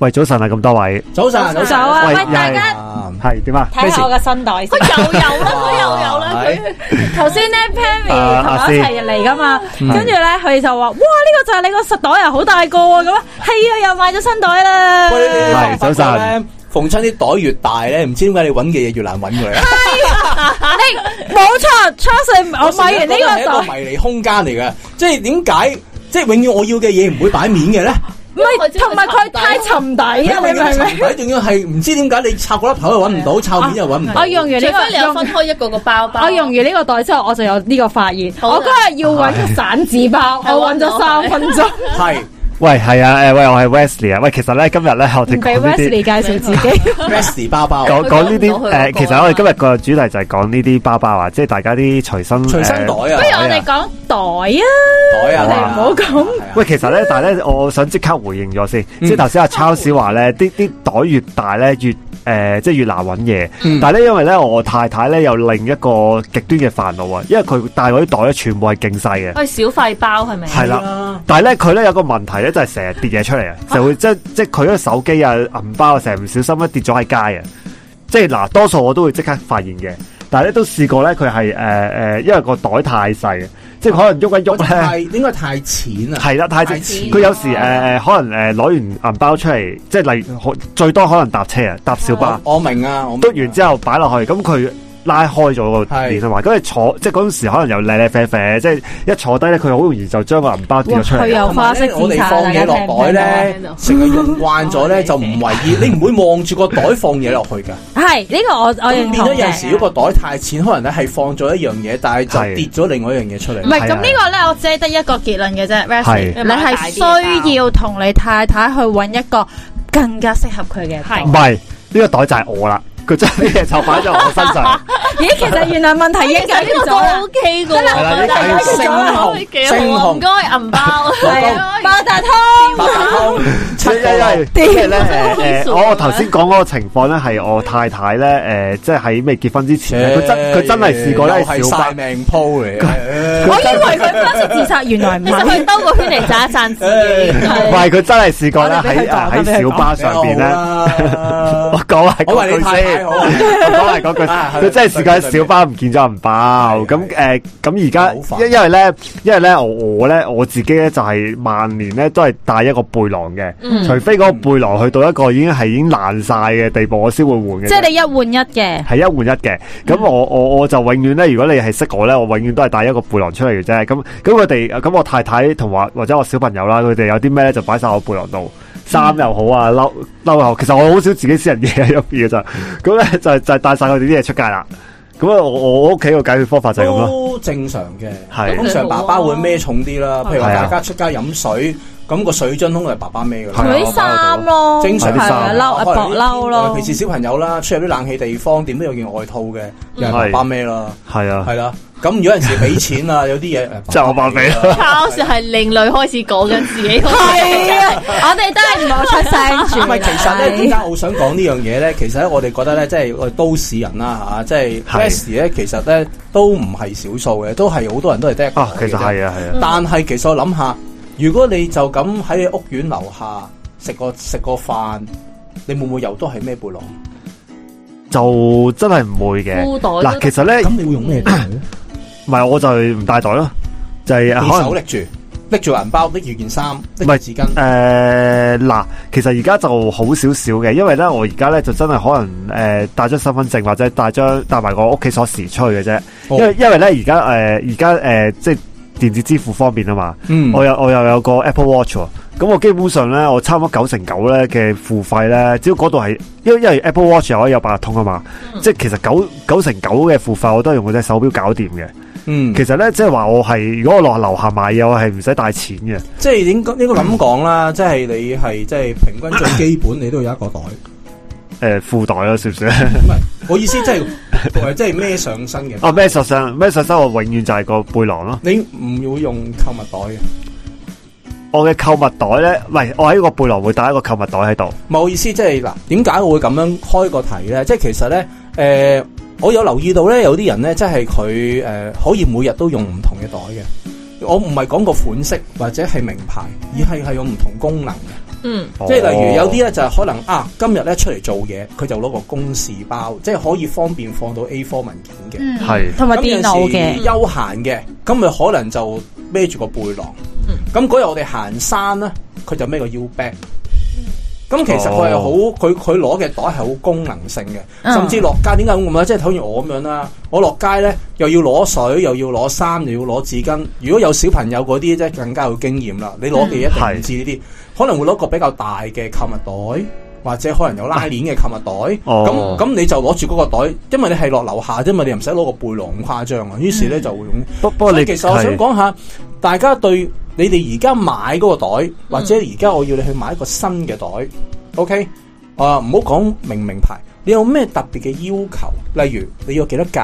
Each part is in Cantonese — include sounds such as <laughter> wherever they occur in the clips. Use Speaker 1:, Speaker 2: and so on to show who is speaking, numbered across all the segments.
Speaker 1: 喂，早晨啊，咁多位
Speaker 2: 早晨，
Speaker 3: 早啊！
Speaker 1: 喂
Speaker 3: 喂，大
Speaker 1: 又係
Speaker 3: 家
Speaker 2: 啊
Speaker 1: 係點啊？
Speaker 3: 睇下我嘅新袋先。佢又有啦，佢又有啦。
Speaker 2: 係
Speaker 3: 佢 <laughs> 頭先咧，Pammy
Speaker 1: 啊
Speaker 3: 同我一齊嚟噶嘛，
Speaker 1: 嗯
Speaker 3: 跟住咧佢就話：哇，呢個就係你個實袋啊，好大個啊！咁啊，係啊，又買咗新袋啦。
Speaker 2: 喂你
Speaker 3: <laughs>
Speaker 1: 係
Speaker 2: 你你
Speaker 1: 早晨
Speaker 2: 發覺呢逢親啲袋越大咧，唔知點解你揾嘅嘢越難揾佢。啊
Speaker 3: 你哎冇錯，Charles，我買完呢
Speaker 2: 係一個
Speaker 3: 個袋，
Speaker 2: 迷離空間嚟嘅，即係點解？即係永遠我要嘅嘢唔會擺面嘅咧，
Speaker 3: 唔係同埋佢太沉底 <laughs> 啊！你
Speaker 2: 因為
Speaker 3: 明
Speaker 2: 呢
Speaker 3: 唔
Speaker 2: 個
Speaker 3: 明？
Speaker 2: 層底仲要係唔知點解你插嗰粒頭又揾唔到，插面又揾唔到。
Speaker 3: 我啊用完呢
Speaker 4: 除非你有
Speaker 3: 個
Speaker 4: 分，開一個個包包，
Speaker 3: 我用完呢個袋之後，我就有呢個發現。
Speaker 4: 好啦
Speaker 3: 我嗰日要揾個散紙包，
Speaker 4: 係
Speaker 3: 我揾咗三分鐘，
Speaker 2: <laughs> 係
Speaker 1: 喂，係啊，誒，喂，我係 Wesley 啊。喂，其實咧今日咧我哋
Speaker 3: 唔俾
Speaker 1: 講呢啲，
Speaker 3: Wesley 介紹自己。
Speaker 2: Resty 包包，
Speaker 1: 講講呢
Speaker 4: 佢講唔
Speaker 1: 啲
Speaker 4: 到佢
Speaker 1: 誒，
Speaker 4: 嗰個
Speaker 1: 其實
Speaker 4: 啊
Speaker 1: 我哋今日個主題就係講呢啲包包啊，即係大家啲隨身
Speaker 2: 隨身
Speaker 1: 誒
Speaker 2: 袋
Speaker 3: 不如我
Speaker 2: 啊，
Speaker 3: 哋講袋啊，
Speaker 2: 袋啊
Speaker 3: 我哋唔好講。
Speaker 1: 喂，其實咧，但係咧，我想即刻回應咗先，
Speaker 2: 嗯
Speaker 1: 即係頭先阿 Charles 話咧，啲啲袋越大咧越誒、呃即係越難揾嘢。
Speaker 2: 嗯
Speaker 1: 但係咧，因為咧，我太太咧有另一個極端嘅煩惱啊，因為佢帶嗰啲袋咧全部係勁細嘅，
Speaker 4: 喂小費包係咪？啊
Speaker 1: 係啦。
Speaker 2: 啦，
Speaker 1: 但係咧，佢咧有個問題咧，就係成日跌嘢出嚟啊，成日會即係即係佢啲手機啊、銀包啊，成日唔小心一跌咗喺街啊。即係嗱，多數我都會即刻發現嘅，但係咧都試過咧，佢係誒誒，因為個袋太細，即係可能喐一
Speaker 2: 哦嗰隻
Speaker 1: 喐咧。 <laughs>
Speaker 2: 太應該太淺啊，
Speaker 1: 係啦，太
Speaker 2: 太
Speaker 1: 直。
Speaker 2: 淺
Speaker 1: 佢有時誒誒、呃可能誒攞、完銀包出嚟，即係例如可最多可能搭車啊，搭小巴，
Speaker 2: 我明啊，我明啊
Speaker 1: 嘟完之後擺落去，咁佢。拉開咗個
Speaker 2: 係
Speaker 1: 連身環，咁你坐即係嗰陣時可能又靚靚啡啡，即係一坐低咧，佢好容易就將個銀包跌咗出
Speaker 3: 哇佢
Speaker 1: 嚟。啊
Speaker 3: 有
Speaker 2: 同埋咧我哋
Speaker 3: 啊
Speaker 2: 放嘢落袋咧，成日用慣咗咧就唔為意，你唔會望住個袋放嘢落去㗎。
Speaker 3: 係呢個我我認
Speaker 2: 咁變咗
Speaker 3: 同
Speaker 2: 有陣時，如
Speaker 3: 嘅。
Speaker 2: 果個袋太淺，可能咧係放咗一樣嘢，但係就跌咗另外一樣嘢出
Speaker 3: 唔
Speaker 2: 嚟。
Speaker 3: 係咁呢個咧，我只係得一個結論嘅啫 r e s
Speaker 1: 係
Speaker 3: l 你係需要同你太太去揾一個更加適合佢嘅袋。
Speaker 1: 唔係呢個袋就係我啦，佢將啲嘢就擺咗我身
Speaker 3: <laughs>
Speaker 1: 上。
Speaker 3: 咦，其實原來問題已經
Speaker 4: 其實
Speaker 3: 解
Speaker 4: 呢
Speaker 3: 決
Speaker 4: 個
Speaker 3: 咗
Speaker 4: 都
Speaker 3: 啦。
Speaker 4: OK 噶，
Speaker 1: 係啦
Speaker 4: 我覺得
Speaker 1: 呢個
Speaker 2: 星紅
Speaker 4: 幾
Speaker 2: 星
Speaker 4: 好啊，唔
Speaker 2: 紅
Speaker 4: 該銀包，
Speaker 3: 係啊八達通
Speaker 2: 八達
Speaker 1: <laughs>
Speaker 2: 通七
Speaker 1: 因因為
Speaker 2: 個
Speaker 1: 因為咧
Speaker 4: 好
Speaker 1: 誒誒，
Speaker 4: 傻啊
Speaker 1: 我我頭先講嗰個情況咧係我太太咧誒，即係喺未結婚之前咧，佢真佢真係試過咧
Speaker 2: 又係
Speaker 1: 小巴
Speaker 2: 晒。命鋪嚟嘅。
Speaker 3: 我以為佢翻出自殺，原來唔
Speaker 4: 其實
Speaker 3: 係
Speaker 4: 佢。兜個圈嚟賺一賺自
Speaker 3: Ừ.
Speaker 4: 己。
Speaker 1: 唔
Speaker 4: 係
Speaker 1: 係佢真係試過咧
Speaker 3: 我哋俾
Speaker 1: 喺啊
Speaker 3: 佢講我哋俾
Speaker 1: 喺
Speaker 3: 佢
Speaker 1: 小巴 <laughs> 上邊咧。 <laughs> 我講埋
Speaker 2: 啊我
Speaker 1: 嗰
Speaker 2: 為
Speaker 1: 句
Speaker 2: 你太太
Speaker 1: 先，
Speaker 2: 好
Speaker 1: 我
Speaker 2: 啊
Speaker 1: 講埋嗰句，
Speaker 2: 啊係
Speaker 1: 佢真係試過喺小巴唔見咗銀包，
Speaker 2: 係
Speaker 1: 咁誒咁而
Speaker 2: 好煩
Speaker 1: 家因因為咧，因為咧我我咧我自己咧就係萬年咧都係帶一個背囊嘅，除非嗰個背囊去到一個已經係已經爛晒嘅地步，我先會換嘅啫。
Speaker 3: 即係你一換一嘅，
Speaker 1: 係一換一嘅，咁我我我就永遠咧，如果你係識我咧，我永遠都係帶一個背囊出嚟嘅啫。咁咁佢哋，咁我太太同或或者我小朋友啦，佢哋有啲咩咧就擺晒我背囊度，衫又好啊，褸褸又好。其實我好少自己私人嘢喺入邊嘅咋，咁咧就就係帶晒佢哋啲嘢出街啦。咁啊，我我屋企個解決方 <laughs> 法就係咁咯。
Speaker 2: 都正常嘅。
Speaker 1: 係
Speaker 2: 通常爸爸會孭重啲啦，譬如話
Speaker 1: 係啊啊
Speaker 2: 大家出街飲水，咁個水樽通常係爸爸孭㗎啦。
Speaker 3: 同啲衫咯，
Speaker 2: 正常
Speaker 1: 啲衫
Speaker 3: 係啊褸啊
Speaker 2: 可能
Speaker 3: 薄褸咯
Speaker 2: 尤。其是小朋友啦，出入啲冷氣地方，點都有件外套嘅，
Speaker 3: 嗯
Speaker 2: 又係
Speaker 1: 係
Speaker 2: 爸爸孭啦，
Speaker 1: 係啊
Speaker 2: 係，啦。咁有陣時俾
Speaker 1: <laughs>
Speaker 2: 錢啊，有啲嘢
Speaker 1: 即係我爸俾啦。
Speaker 4: Charles 係另類開始講緊自己嗰個，
Speaker 3: 係啊，我哋都係唔好出聲住
Speaker 2: 啊唔
Speaker 3: 啦。
Speaker 2: 係，其實咧，點解我想講呢樣嘢咧？其實咧，我哋覺得咧，即係我哋都市人啦嚇，即係
Speaker 1: 係
Speaker 2: West 咧，其實咧都唔係少數嘅，都係好多人都係得一
Speaker 1: <laughs>
Speaker 2: 個
Speaker 1: 啊，其實
Speaker 2: 嘅啫
Speaker 1: 係啊，
Speaker 3: 嗯
Speaker 1: 係啊，
Speaker 2: 但係其實我諗下，如果你就咁喺你屋苑樓下食個食個飯，你會唔會又都係孭背囊？
Speaker 1: 就真係唔會嘅。
Speaker 4: 褲袋都
Speaker 1: 嗱，其實咧，
Speaker 2: 你會用咩袋咧？
Speaker 1: 唔係我就唔帶袋咯，就係
Speaker 2: 用
Speaker 1: 啊可能
Speaker 2: 手。拎住，拎住銀包，拎住件衫，
Speaker 1: 唔
Speaker 2: 拎住
Speaker 1: 係啊
Speaker 2: 紙巾。
Speaker 1: 诶，呃嗱、其實而家就好少少嘅，因為咧，我而家咧就真係可能诶帶張身份證或者帶張帶埋個屋企鎖匙出去嘅啫，因
Speaker 2: 哦
Speaker 1: 為因為咧而家诶而家诶即係電子支付方便啊嘛，
Speaker 2: 嗯
Speaker 1: 我有我又有個 Apple Watch 喎，咁我基本上咧我差唔多九成九咧嘅付費咧，只要嗰度係因為因為 Apple Watch 又可以有八達通啊嘛，
Speaker 2: 嗯
Speaker 1: 即係其實九九成九嘅付費我都係用我隻手錶搞掂嘅，
Speaker 2: 嗯，
Speaker 1: 其實咧即係話我係如果我落樓下買嘢，我係唔使帶錢嘅。
Speaker 2: 即係應該應該咁講啦，即係你係即係平均最基本，你都有一個袋。
Speaker 1: 诶，裤袋啦，算唔算？
Speaker 2: 唔係，我意思即係誒即係孭上身嘅。
Speaker 1: <laughs> 哦，咩上身咩上身，我永遠就係個背囊咯。
Speaker 2: 你唔要用購物袋嘅，
Speaker 1: 我嘅購物袋咧，唔係我喺個背囊會帶一個購物袋喺度。
Speaker 2: 唔係我意思即係嗱，點解我會咁樣開個題咧？即係其實咧，誒、我有留意到咧，有啲人咧，即係佢誒可以每日都用唔同嘅袋嘅。我唔係講個款式或者係名牌，而係係有唔同功能嘅。
Speaker 4: 嗯，
Speaker 1: 哦
Speaker 2: 即係例如有啲咧就係可能啊，今日咧出嚟做嘢，佢就攞個公事包，即係可以方便放到 A4 文件嘅。
Speaker 3: 嗯，
Speaker 1: 係
Speaker 3: 同埋
Speaker 2: 咁有
Speaker 3: 電
Speaker 2: 時
Speaker 3: 腦嘅，
Speaker 2: 休閒嘅，咁佢可能就孭住個背囊。咁嗰日我哋行山咧，佢就孭個腰 bag。咁其實佢係好，佢佢攞嘅袋係好功能性嘅，
Speaker 3: 嗯
Speaker 2: 甚至落街點解咁啊咧？即係好似我咁樣啦，我落街咧又要攞水，又要攞衫，又要攞紙巾。如果有小朋友嗰啲，即係更加有經驗啦。你攞嘅嘢一定唔知呢啲，可能會攞個比較大嘅購物袋。或者可能有拉鏈嘅購物袋，咁
Speaker 1: 哦
Speaker 2: 咁、你就攞住嗰個袋，因為你係落樓下啫嘛，你唔使攞個背囊咁誇張啊。於是咧就會用。
Speaker 1: 不不過
Speaker 2: 所以
Speaker 1: 你
Speaker 2: 其實我想
Speaker 1: 嗯係
Speaker 2: 講下，大家對你哋而家買嗰個袋，或者
Speaker 1: 嗯
Speaker 2: 而家我要你去買一個新嘅袋，OK？啊，唔好講明唔名牌，你有咩特別嘅要求？例如你要幾多格，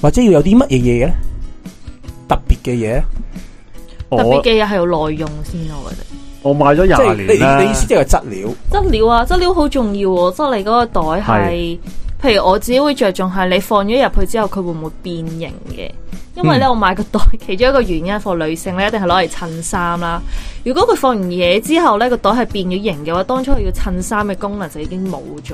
Speaker 2: 或者要有啲乜嘢嘢咧？特別嘅嘢呢，
Speaker 4: 特
Speaker 1: 我
Speaker 4: 別嘅嘢係有內容先，我覺得。
Speaker 1: 我買咗
Speaker 2: 即係
Speaker 1: 廿
Speaker 2: 你
Speaker 1: 年咧，
Speaker 2: 你意思即係質料，
Speaker 4: 質料啊，質料好重要喎、即係你嗰個袋係，譬如我自己會着重係你放咗入去之後，佢會唔會變形嘅？因為咧，
Speaker 1: 嗯
Speaker 4: 我買個袋，其中一個原因放女性咧，一定係攞嚟襯衫啦。如果佢放完嘢之後咧，個袋係變咗形嘅話，當初佢要襯衫嘅功能就已經冇咗。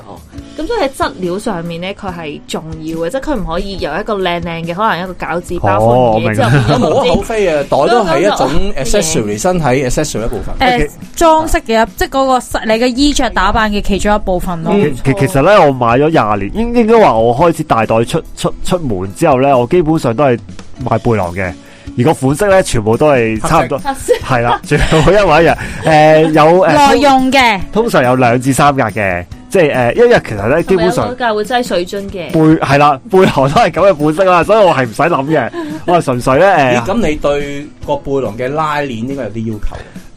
Speaker 4: 咁所以喺質料上面咧，佢係重要嘅，即係佢唔可以由一個靚靚嘅，可能一個餃子包放
Speaker 1: 哦
Speaker 4: 完嘢之後
Speaker 1: 我明
Speaker 4: 變咗
Speaker 2: 無可
Speaker 4: 唔
Speaker 2: <laughs> 厚
Speaker 4: 知
Speaker 2: 非啊，袋 <laughs> 都係一種
Speaker 4: 嗰個
Speaker 2: accessory，身體 accessory 一部分。
Speaker 3: 誒 Ờ, 裝飾嘅，即係嗰個實你嘅衣着打扮嘅其中一部分咯。
Speaker 1: 其
Speaker 2: 嗯
Speaker 1: 其其實咧，我買咗廿年，應應該話我開始大袋出出出門之後咧，我基本上都係買背囊嘅，而個款式咧全部都係差唔多，
Speaker 2: <laughs>
Speaker 4: 黑色
Speaker 1: 係啦，全部一模一樣。诶、有诶，
Speaker 3: 內用嘅，
Speaker 1: 通通常有兩至三格嘅，即係诶、誒因為其實咧基本上
Speaker 4: 嗰。架會擠水樽嘅。
Speaker 1: 背係啦，背囊都係咁嘅本色啊啦，所以我係唔使諗
Speaker 2: <laughs>
Speaker 1: 嘅，我係純粹咧
Speaker 2: 咦
Speaker 1: 诶
Speaker 2: 咁你對個背囊嘅拉鏈應該有啲要求。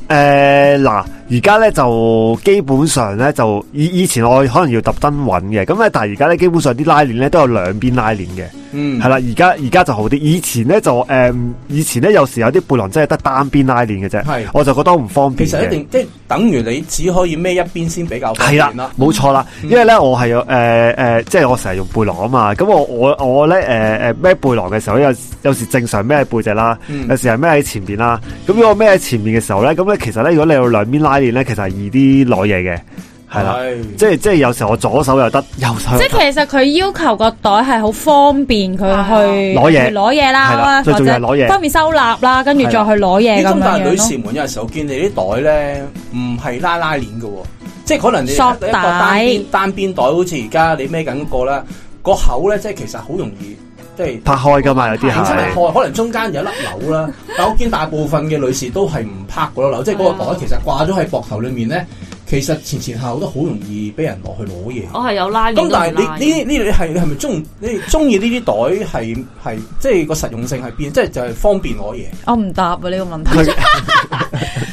Speaker 1: 诶嗱，而家咧就基本上咧就以以前我可能要特登揾嘅，咁咧但係而家咧基本上啲拉鏈咧都有兩邊拉鏈嘅。
Speaker 2: 嗯
Speaker 1: 系，啦，而家而家就好啲。以前咧就诶、嗯以前咧有時有啲背囊真係得單邊拉鏈嘅啫
Speaker 2: 係，
Speaker 1: 我就覺得唔方
Speaker 2: 其
Speaker 1: 便嘅。
Speaker 2: 實一定即係等於你只可以孭一邊先比較方
Speaker 1: 係
Speaker 2: 便
Speaker 1: 啦嗯
Speaker 2: 啦，。
Speaker 1: 冇錯啦，因為咧我係有诶诶，即係我成日用背囊啊嘛。咁我我我咧诶诶孭背囊嘅時候，有有時正常孭喺背脊啦，
Speaker 2: 嗯
Speaker 1: 有時係孭喺前边啦。咁如果我孭喺前面嘅時候咧，咁咧其實咧如果你有兩邊拉鏈咧，其實係易啲攞嘢嘅，係啦。
Speaker 2: 係
Speaker 1: 即係即係有時候我左手又得，右手又
Speaker 3: 即係
Speaker 1: 得。
Speaker 3: 其實佢要求個袋係好方便佢去
Speaker 1: 攞嘢
Speaker 3: 攞嘢
Speaker 1: 係啦
Speaker 3: 啦，
Speaker 1: 最
Speaker 3: 或
Speaker 1: 重要係
Speaker 3: 者
Speaker 1: 攞嘢
Speaker 3: 方便收納啦，跟住再
Speaker 1: 係啦
Speaker 3: 去攞嘢
Speaker 2: 咦
Speaker 3: 咁
Speaker 2: 咁但
Speaker 3: 樣
Speaker 2: 係女士
Speaker 3: 樣咯。
Speaker 2: 們有陣時我見你啲袋咧，唔係拉拉鏈嘅喎，即係可能你
Speaker 3: 索
Speaker 2: 一個
Speaker 3: 帶
Speaker 2: 單邊單邊袋，好似而家你孭緊個啦，個口咧即係其實好容易即係。
Speaker 1: 拍開㗎嘛，有啲
Speaker 2: 影出嚟
Speaker 1: 係。
Speaker 2: 開，可能中間有一粒
Speaker 1: <laughs>
Speaker 2: 紐啦，但我見大部分嘅女士都係唔拍嗰粒紐，即係
Speaker 1: 嗯
Speaker 2: 嗰個袋其實掛咗喺膊頭裏面咧，其實前前後後都好容易俾人落去攞嘢。
Speaker 1: 哦
Speaker 4: 我係有拉鏈都
Speaker 2: 咁
Speaker 4: 唔拉
Speaker 2: 但
Speaker 4: 嘅。
Speaker 2: 係你呢呢你係你係咪中你中意呢啲袋係係即係個實用性係邊？即係就係方便攞嘢。
Speaker 3: 我唔答啊呢個問題。
Speaker 1: 佢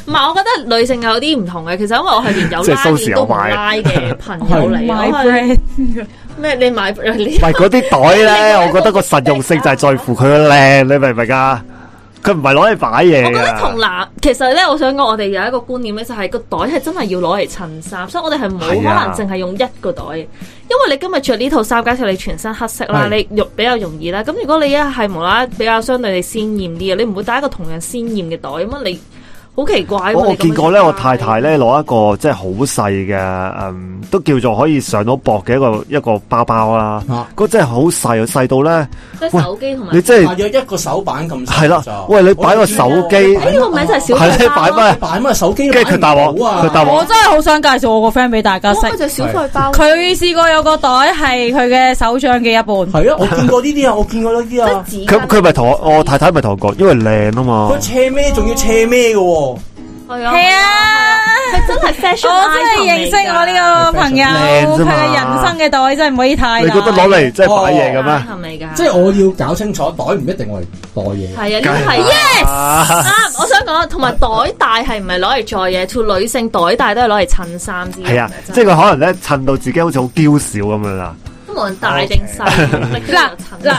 Speaker 4: 唔係，我覺得女性有啲唔同嘅。其實因為我係連
Speaker 1: <laughs>
Speaker 4: 有
Speaker 1: 即係
Speaker 4: 拉
Speaker 1: Sosze
Speaker 4: 鏈都
Speaker 1: 有
Speaker 4: 唔
Speaker 1: 買
Speaker 4: 拉嘅朋
Speaker 3: <laughs>
Speaker 4: 友嚟，
Speaker 3: My
Speaker 4: 我係
Speaker 3: friend
Speaker 4: 咩？你買你
Speaker 1: 唔係嗰啲袋咧，我覺得個實用性就係在乎佢嘅靚，你明唔明啊？佢 <laughs> 唔係攞嚟擺
Speaker 4: 我
Speaker 1: 嘢
Speaker 4: 覺得同
Speaker 1: 噶，
Speaker 4: 男其實咧，我想講我哋有一個觀念咧，就係個袋係真係要攞嚟襯衫，所以我哋係冇可
Speaker 1: 係啊
Speaker 4: 能淨係用一個袋嘅，因為你今日着呢套衫，假設你全身黑色啦，
Speaker 2: 係
Speaker 4: 你肉比較容易啦。咁如果你一係無啦啦比較相對你鮮豔啲嘅，你唔會帶一個同樣鮮豔嘅袋咁啊，你好奇怪喎。
Speaker 1: 我我
Speaker 4: 哎你咁樣
Speaker 1: 見過咧，
Speaker 4: 帶
Speaker 1: 我太太咧攞一個即係好細嘅，嗯，都叫做可以上到膊嘅一個一個包包啦
Speaker 2: 啊。
Speaker 1: 嗰真係好細，細到咧，
Speaker 4: 即係手機同埋
Speaker 1: 你真
Speaker 2: 大
Speaker 1: 係
Speaker 2: 約一個手板咁細
Speaker 1: 嗯係啦
Speaker 2: 咋。
Speaker 1: 喂，你擺個手機
Speaker 4: 呢個名就係小
Speaker 1: 係咧
Speaker 4: 費包
Speaker 1: 擺
Speaker 4: 咯。
Speaker 1: 乜？
Speaker 2: 啊擺乜手機？
Speaker 1: 跟住佢答我
Speaker 2: 唔到啊
Speaker 1: 佢答
Speaker 3: 我真係好想介紹我個 friend 俾大家識
Speaker 4: 嗰。個就係小費包。
Speaker 3: 佢試過有個袋係佢嘅手掌嘅一半，
Speaker 2: 係啊，我見過呢啲啊，我見過呢啲
Speaker 3: 哦
Speaker 1: <laughs>
Speaker 2: 啊。
Speaker 4: 即係紙
Speaker 1: 佢佢咪同我我太太咪同我講，因為靚啊嘛
Speaker 2: 佢。斜孭仲要斜孭嘅喎，
Speaker 4: 係啊，
Speaker 3: 係啊，
Speaker 4: 係真係 fashion。
Speaker 3: 我真係認識我呢個朋友，
Speaker 1: 靚啫
Speaker 3: 佢
Speaker 1: 嘛
Speaker 3: 嘅人生嘅袋真係唔可啊以太大。
Speaker 1: 你覺得攞嚟即係擺嘢啊嘅
Speaker 4: 嘅咩？
Speaker 1: 咩？
Speaker 4: 係咪㗎？
Speaker 2: 啊即係我要搞清楚袋唔一定我係袋嘢。
Speaker 4: 係啊，呢個係 yes
Speaker 1: 啊
Speaker 4: 啱。我想講，同埋袋帶係唔係攞嚟載嘢？to 女性袋帶都係攞嚟襯衫之類嘅。 <laughs>
Speaker 1: 係啊，即係佢可能咧襯到自己好似好嬌小咁樣啦。
Speaker 4: 真無論大定細，
Speaker 3: 嗱嗱，
Speaker 4: 你都有層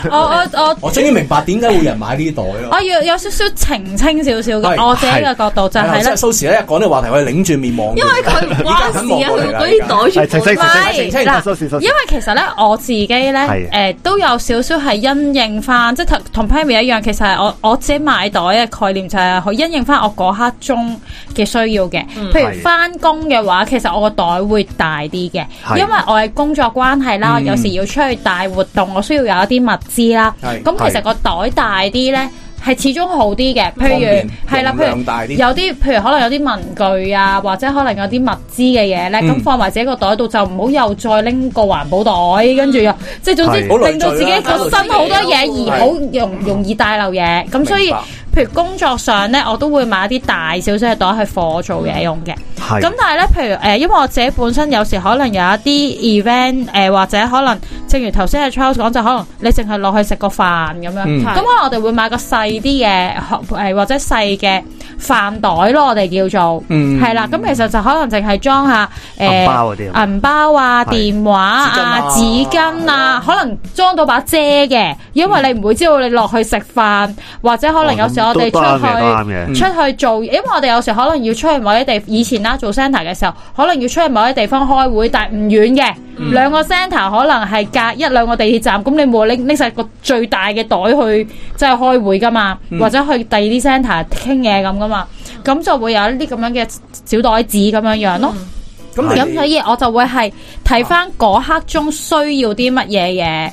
Speaker 3: 我我我
Speaker 2: 我終於明白點解會有人買呢袋咯。
Speaker 3: 我要有少少澄清少少嘅，
Speaker 2: 係
Speaker 3: 我自己嘅角度就係
Speaker 2: 即
Speaker 3: 咧
Speaker 2: 係，蘇時咧，一講呢個話題，我係擰住面望嘅。
Speaker 4: 因為佢唔關事啊，佢嗰啲袋全部
Speaker 1: 係，澄清，澄清，澄
Speaker 3: 唔係，
Speaker 4: 都係
Speaker 1: 清，收線，收線。
Speaker 3: 因為其實咧我自己咧
Speaker 1: 係
Speaker 3: 誒都有少少係因應翻，即係同同 Pammy 一樣，其實係我我自己買袋嘅概念就係可以因應翻我嗰刻中嘅需要嘅。譬如
Speaker 1: 係
Speaker 3: 翻工嘅話，其實我個袋會大啲嘅，
Speaker 1: 係
Speaker 3: 因為我係工作關係啦，
Speaker 2: 嗯
Speaker 3: 有時要出去大活動，我需要有一啲物資啦。
Speaker 2: 係
Speaker 3: 咁其
Speaker 1: 係
Speaker 3: 實個袋大啲咧。係始終好啲嘅，譬
Speaker 2: 方便
Speaker 3: 如係啦，
Speaker 2: 容
Speaker 3: 譬
Speaker 2: 量
Speaker 3: 如
Speaker 2: 大啲
Speaker 3: 有啲，譬如可能有啲文具啊，或者可能有啲物資嘅嘢咧，咁、
Speaker 2: 嗯
Speaker 3: 放埋自己個袋度，就唔好又再拎個環保袋，跟住又即係總之
Speaker 1: 係好
Speaker 2: 累
Speaker 3: 令到自己個身好多嘢，
Speaker 4: 係
Speaker 3: 而好容容易帶漏嘢。咁所以
Speaker 2: 明白，
Speaker 3: 譬如工作上咧，我都會買啲大少少嘅袋去貨做嘢用嘅。
Speaker 1: 係，
Speaker 3: 咁但係咧，譬如誒、呃因為我自己本身有時可能有一啲 event 誒、或者可能正如頭先阿 Charles 講，就可能你淨係落去食個飯咁樣。
Speaker 2: 嗯
Speaker 3: 咁可能我哋會買個細啲嘅誒或者細嘅飯袋咯，我哋叫做
Speaker 2: 嗯
Speaker 3: 係啦。咁其實就可能淨係裝下誒
Speaker 1: 銀包嗰啲啊
Speaker 3: 銀包啊、
Speaker 1: 係
Speaker 3: 電話啊、
Speaker 2: 紙
Speaker 3: 紙
Speaker 2: 巾啊
Speaker 3: 巾啊，可能裝到把遮嘅，因為你唔會知道你落去食飯或者可能有時
Speaker 1: 哦
Speaker 3: 我
Speaker 1: 都
Speaker 3: 哋
Speaker 1: 都啱
Speaker 3: 出
Speaker 1: 嘅，都
Speaker 3: 去。
Speaker 1: 啱嘅。
Speaker 3: 出去做，因為我哋有時可能要出去某啲地，以前啦做 centre 嘅時候，可能要出去某啲地方開會，但係唔遠嘅，兩個 centre 可能係隔一兩個地鐵站，咁你冇拎拎晒個最大嘅袋去即係開會噶嘛，
Speaker 2: 嗯
Speaker 3: 或者去第二啲 centre 傾嘢咁噶嘛，咁就會有一啲咁樣嘅小袋子咁樣樣咯。
Speaker 2: <laughs> 咁你
Speaker 3: 咁所以我就會係睇翻嗰刻中需要啲乜嘢嘢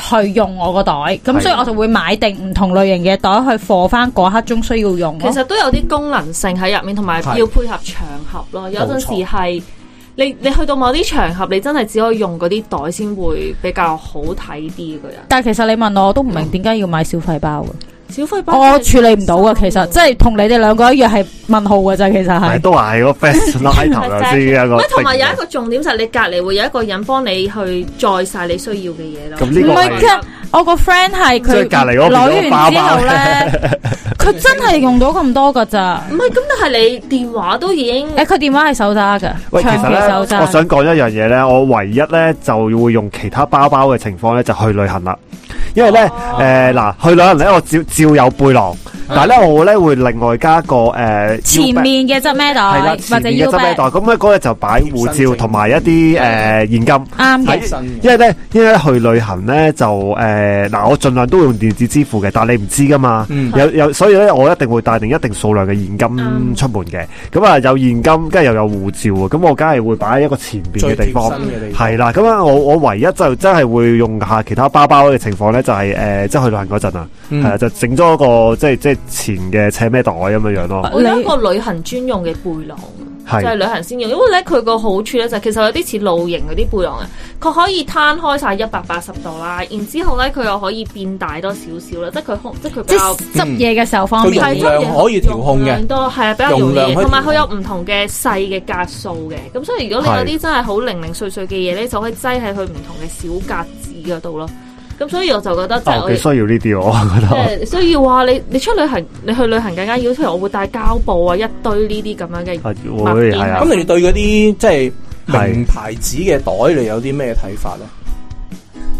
Speaker 3: 去用我個袋，咁
Speaker 1: 係
Speaker 3: 所以我就會買定唔同類型嘅袋去貨翻嗰刻中需要用
Speaker 4: 其
Speaker 3: 咯。
Speaker 4: 實都有啲功能性喺入面，同埋
Speaker 2: 係
Speaker 4: 要配合場合咯。有陣時
Speaker 2: 冇錯
Speaker 4: 係你你去到某啲場合，你真係只可以用嗰啲袋先會比較好睇啲個人。
Speaker 3: 但系其實你問我，我都唔明點解要買小費包嘅，
Speaker 4: 小費包
Speaker 3: 我處理唔到
Speaker 4: 啊
Speaker 3: 嘅。其實即係同你哋兩個一樣係問號嘅啫。其實 <laughs> 係
Speaker 1: 係，都話係個best line頭頭先一個
Speaker 4: 喂，同埋有
Speaker 1: thing嚟嘅。
Speaker 4: 一個重點就係你隔離會有一個人幫你去載晒你需要嘅嘢咯。
Speaker 1: 咁呢個
Speaker 3: 唔係嘅我個 friend 係
Speaker 1: 即係
Speaker 3: 佢
Speaker 1: 隔離嗰個
Speaker 3: 攞
Speaker 1: 變咗包
Speaker 3: 完
Speaker 1: 包
Speaker 3: 之後
Speaker 1: <laughs>
Speaker 3: 咧，佢真係用到咁多噶咋？
Speaker 4: 唔係咁，但係你電話都已經
Speaker 3: 誒，佢電話係手揸嘅，
Speaker 1: 喂，
Speaker 3: 長
Speaker 1: 其實呢，
Speaker 3: 期手揸。
Speaker 1: 我想講一樣嘢呢，我唯一呢，就會用其他包包嘅情況呢，就去旅行啦。因為呢，
Speaker 3: 哦
Speaker 1: 誒，嗱，去旅行呢，我照-照有背囊，但係呢，我呢，會另外加個，誒，
Speaker 3: 前
Speaker 1: 腰包。
Speaker 3: 面嘅執咩袋，
Speaker 1: 係啦，前
Speaker 3: 或者
Speaker 1: 面嘅
Speaker 3: 腰
Speaker 1: 側孭
Speaker 3: 包
Speaker 1: 袋，
Speaker 3: 嗯
Speaker 1: 咁呢，嗰個就擺護照同埋一啲，誒，現金。
Speaker 3: 啱嘅。
Speaker 2: 睇身嘅
Speaker 1: 因為咧，因為呢去旅行咧就誒嗱、我盡量都會用電子支付嘅，但係你唔知噶嘛，
Speaker 2: 嗯
Speaker 1: 有有，所以咧我一定會帶定一定數量嘅現金
Speaker 4: 嗯
Speaker 1: 出門嘅。咁啊有現金，跟住又有護照喎，咁我梗係會擺喺一個前邊嘅
Speaker 2: 最
Speaker 1: 地
Speaker 2: 貼
Speaker 1: 方
Speaker 2: 身。嘅地方
Speaker 1: 係啦，咁啊，我我唯一就真係會用下其他包包嘅情況咧，就係、誒，即係去旅行嗰陣啊，
Speaker 2: 嗯
Speaker 1: 係啊、就整咗個即係即係前嘅斜孭袋咁樣樣咯，
Speaker 4: 我有一個旅行專用嘅背囊，
Speaker 1: 係
Speaker 4: 就係旅行先用，因為咧佢個好處咧就係其實有啲似露營嗰啲背囊啊，佢可以攤開晒一百八十度啦，然之後咧佢又可以變大多少少啦，即係佢空，即係佢比
Speaker 3: 即
Speaker 4: 較
Speaker 3: 係。執嘢嘅時候方
Speaker 2: 佢用
Speaker 3: 便
Speaker 4: 係
Speaker 3: 啲。
Speaker 2: 量可以調控嘅
Speaker 4: 容量多係啊，比較容
Speaker 2: 容
Speaker 4: 易
Speaker 2: 量可以調
Speaker 4: 嘅，
Speaker 2: 控
Speaker 4: 同埋佢有唔同嘅細嘅格數嘅，咁所以如果你有啲真係好零零碎碎嘅嘢咧，就可以擠喺佢唔同嘅小格子嗰度咯。咁所以我就覺得即
Speaker 1: 啊
Speaker 2: 哦
Speaker 4: 係
Speaker 1: 我
Speaker 4: 我
Speaker 1: 幾需要呢啲喎我覺
Speaker 2: 啊
Speaker 1: 得。
Speaker 4: 即係所以話你你出旅行，你去旅行更加要，譬如我會帶膠布啊，一堆呢啲咁樣嘅
Speaker 1: 啊
Speaker 4: 物
Speaker 1: 會
Speaker 4: 件
Speaker 1: 係啊
Speaker 2: 咁你哋對嗰啲即係
Speaker 1: 係
Speaker 2: 名牌子嘅袋，你有啲咩睇法咧？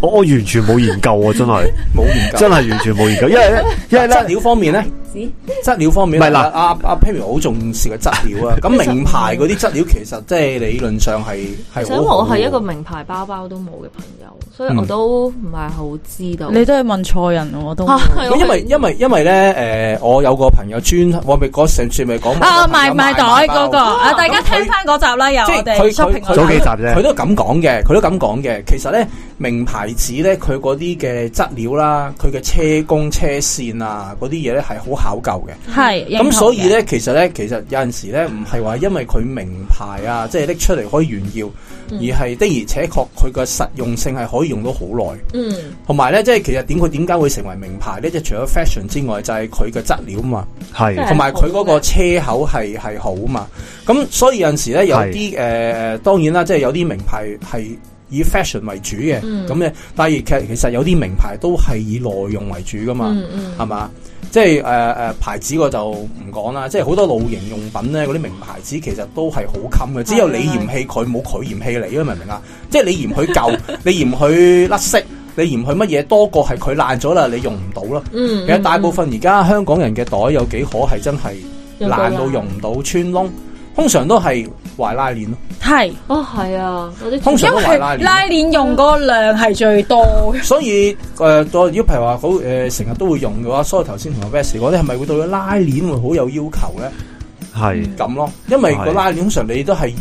Speaker 1: 我我完全冇研究喎，真
Speaker 2: <laughs>
Speaker 1: 係
Speaker 2: 冇研究。
Speaker 1: 真係完全冇研究，因為咧因為咧
Speaker 2: 質。料方面咧，
Speaker 4: 紙
Speaker 2: 質料方面
Speaker 1: 唔係
Speaker 2: 咧，
Speaker 1: 嗱
Speaker 2: 阿阿阿 Pammy 好重視個質料啊。咁名牌嗰啲質料其實即係理論上係係
Speaker 4: 所以
Speaker 2: 好
Speaker 4: 我
Speaker 2: 好
Speaker 4: 係
Speaker 2: 嘅
Speaker 4: 一個名牌包包都冇嘅朋友，所
Speaker 2: 嗯
Speaker 4: 以我都唔係好知道。
Speaker 3: 你都係問錯人喎，我都
Speaker 4: 啊
Speaker 1: 哦
Speaker 4: 係
Speaker 2: 咁因為因為因為咧誒，我有個朋友專我咪嗰上次咪講
Speaker 3: 啊賣賣袋嗰個
Speaker 2: 包
Speaker 3: 啊，大家聽翻嗰集啦，由
Speaker 2: 即係
Speaker 3: 我哋
Speaker 2: 佢佢
Speaker 3: shopping 嗰
Speaker 2: 佢
Speaker 1: 早
Speaker 3: 集
Speaker 1: 幾集啫
Speaker 2: 佢都咁講嘅，佢都咁講嘅。其實咧，名牌子咧，佢嗰啲嘅質料啦，佢嘅車工、車線啊，嗰啲嘢咧係好考究嘅。
Speaker 3: 係認同
Speaker 2: 咁所以
Speaker 3: 嘅
Speaker 2: 咧，其實咧，其實有陣時咧，唔係話因為佢名牌啊，即係拎出嚟可以炫耀，
Speaker 3: 嗯
Speaker 2: 而係的而且確佢個實用性係可以用到好耐。
Speaker 4: 嗯，
Speaker 2: 同埋咧，即係其實點佢點解會成為名牌咧？即係除咗 fashion 之外，就係佢嘅質料啊嘛。
Speaker 1: 係
Speaker 4: 係
Speaker 2: 同埋佢嗰個車口係係好嘛，咁所以有陣時咧有啲誒、呃、當然啦，即係有啲名牌係以 fashion 為主嘅，咁咧、但係其實其實有啲名牌都係以內容為主噶嘛，
Speaker 4: 嗯嗯
Speaker 2: 係嘛、即係誒誒牌子我就唔講啦，即係好多露營用品咧，嗰啲名牌子其實都係好襟嘅，只有你嫌棄佢，冇佢嫌棄你，因為明唔明啊？即係你嫌佢 <laughs> 舊，你嫌佢甩色，你嫌佢乜嘢多過係佢爛咗啦，你用唔到啦。
Speaker 4: 嗯，
Speaker 2: 其實大部分而家香港人嘅袋有幾可係真係
Speaker 4: 用
Speaker 2: 爛到用唔到穿窿，通常都係懷拉鏈咯。
Speaker 3: 係，
Speaker 4: 哦係啊，嗰啲
Speaker 2: 通常
Speaker 3: 因
Speaker 2: 都
Speaker 3: 為
Speaker 2: 懷拉鏈。
Speaker 3: 拉鏈用嗰個量係最多嘅。
Speaker 2: 所以誒，呃再、如果譬如話好誒，成、日都會用嘅話，所以頭先同阿 Bess 講，你係咪會對拉鏈會好有要求咧？
Speaker 3: 嗯
Speaker 1: 系
Speaker 2: 咁咯，因為個
Speaker 1: 係
Speaker 2: 拉鏈通常你都係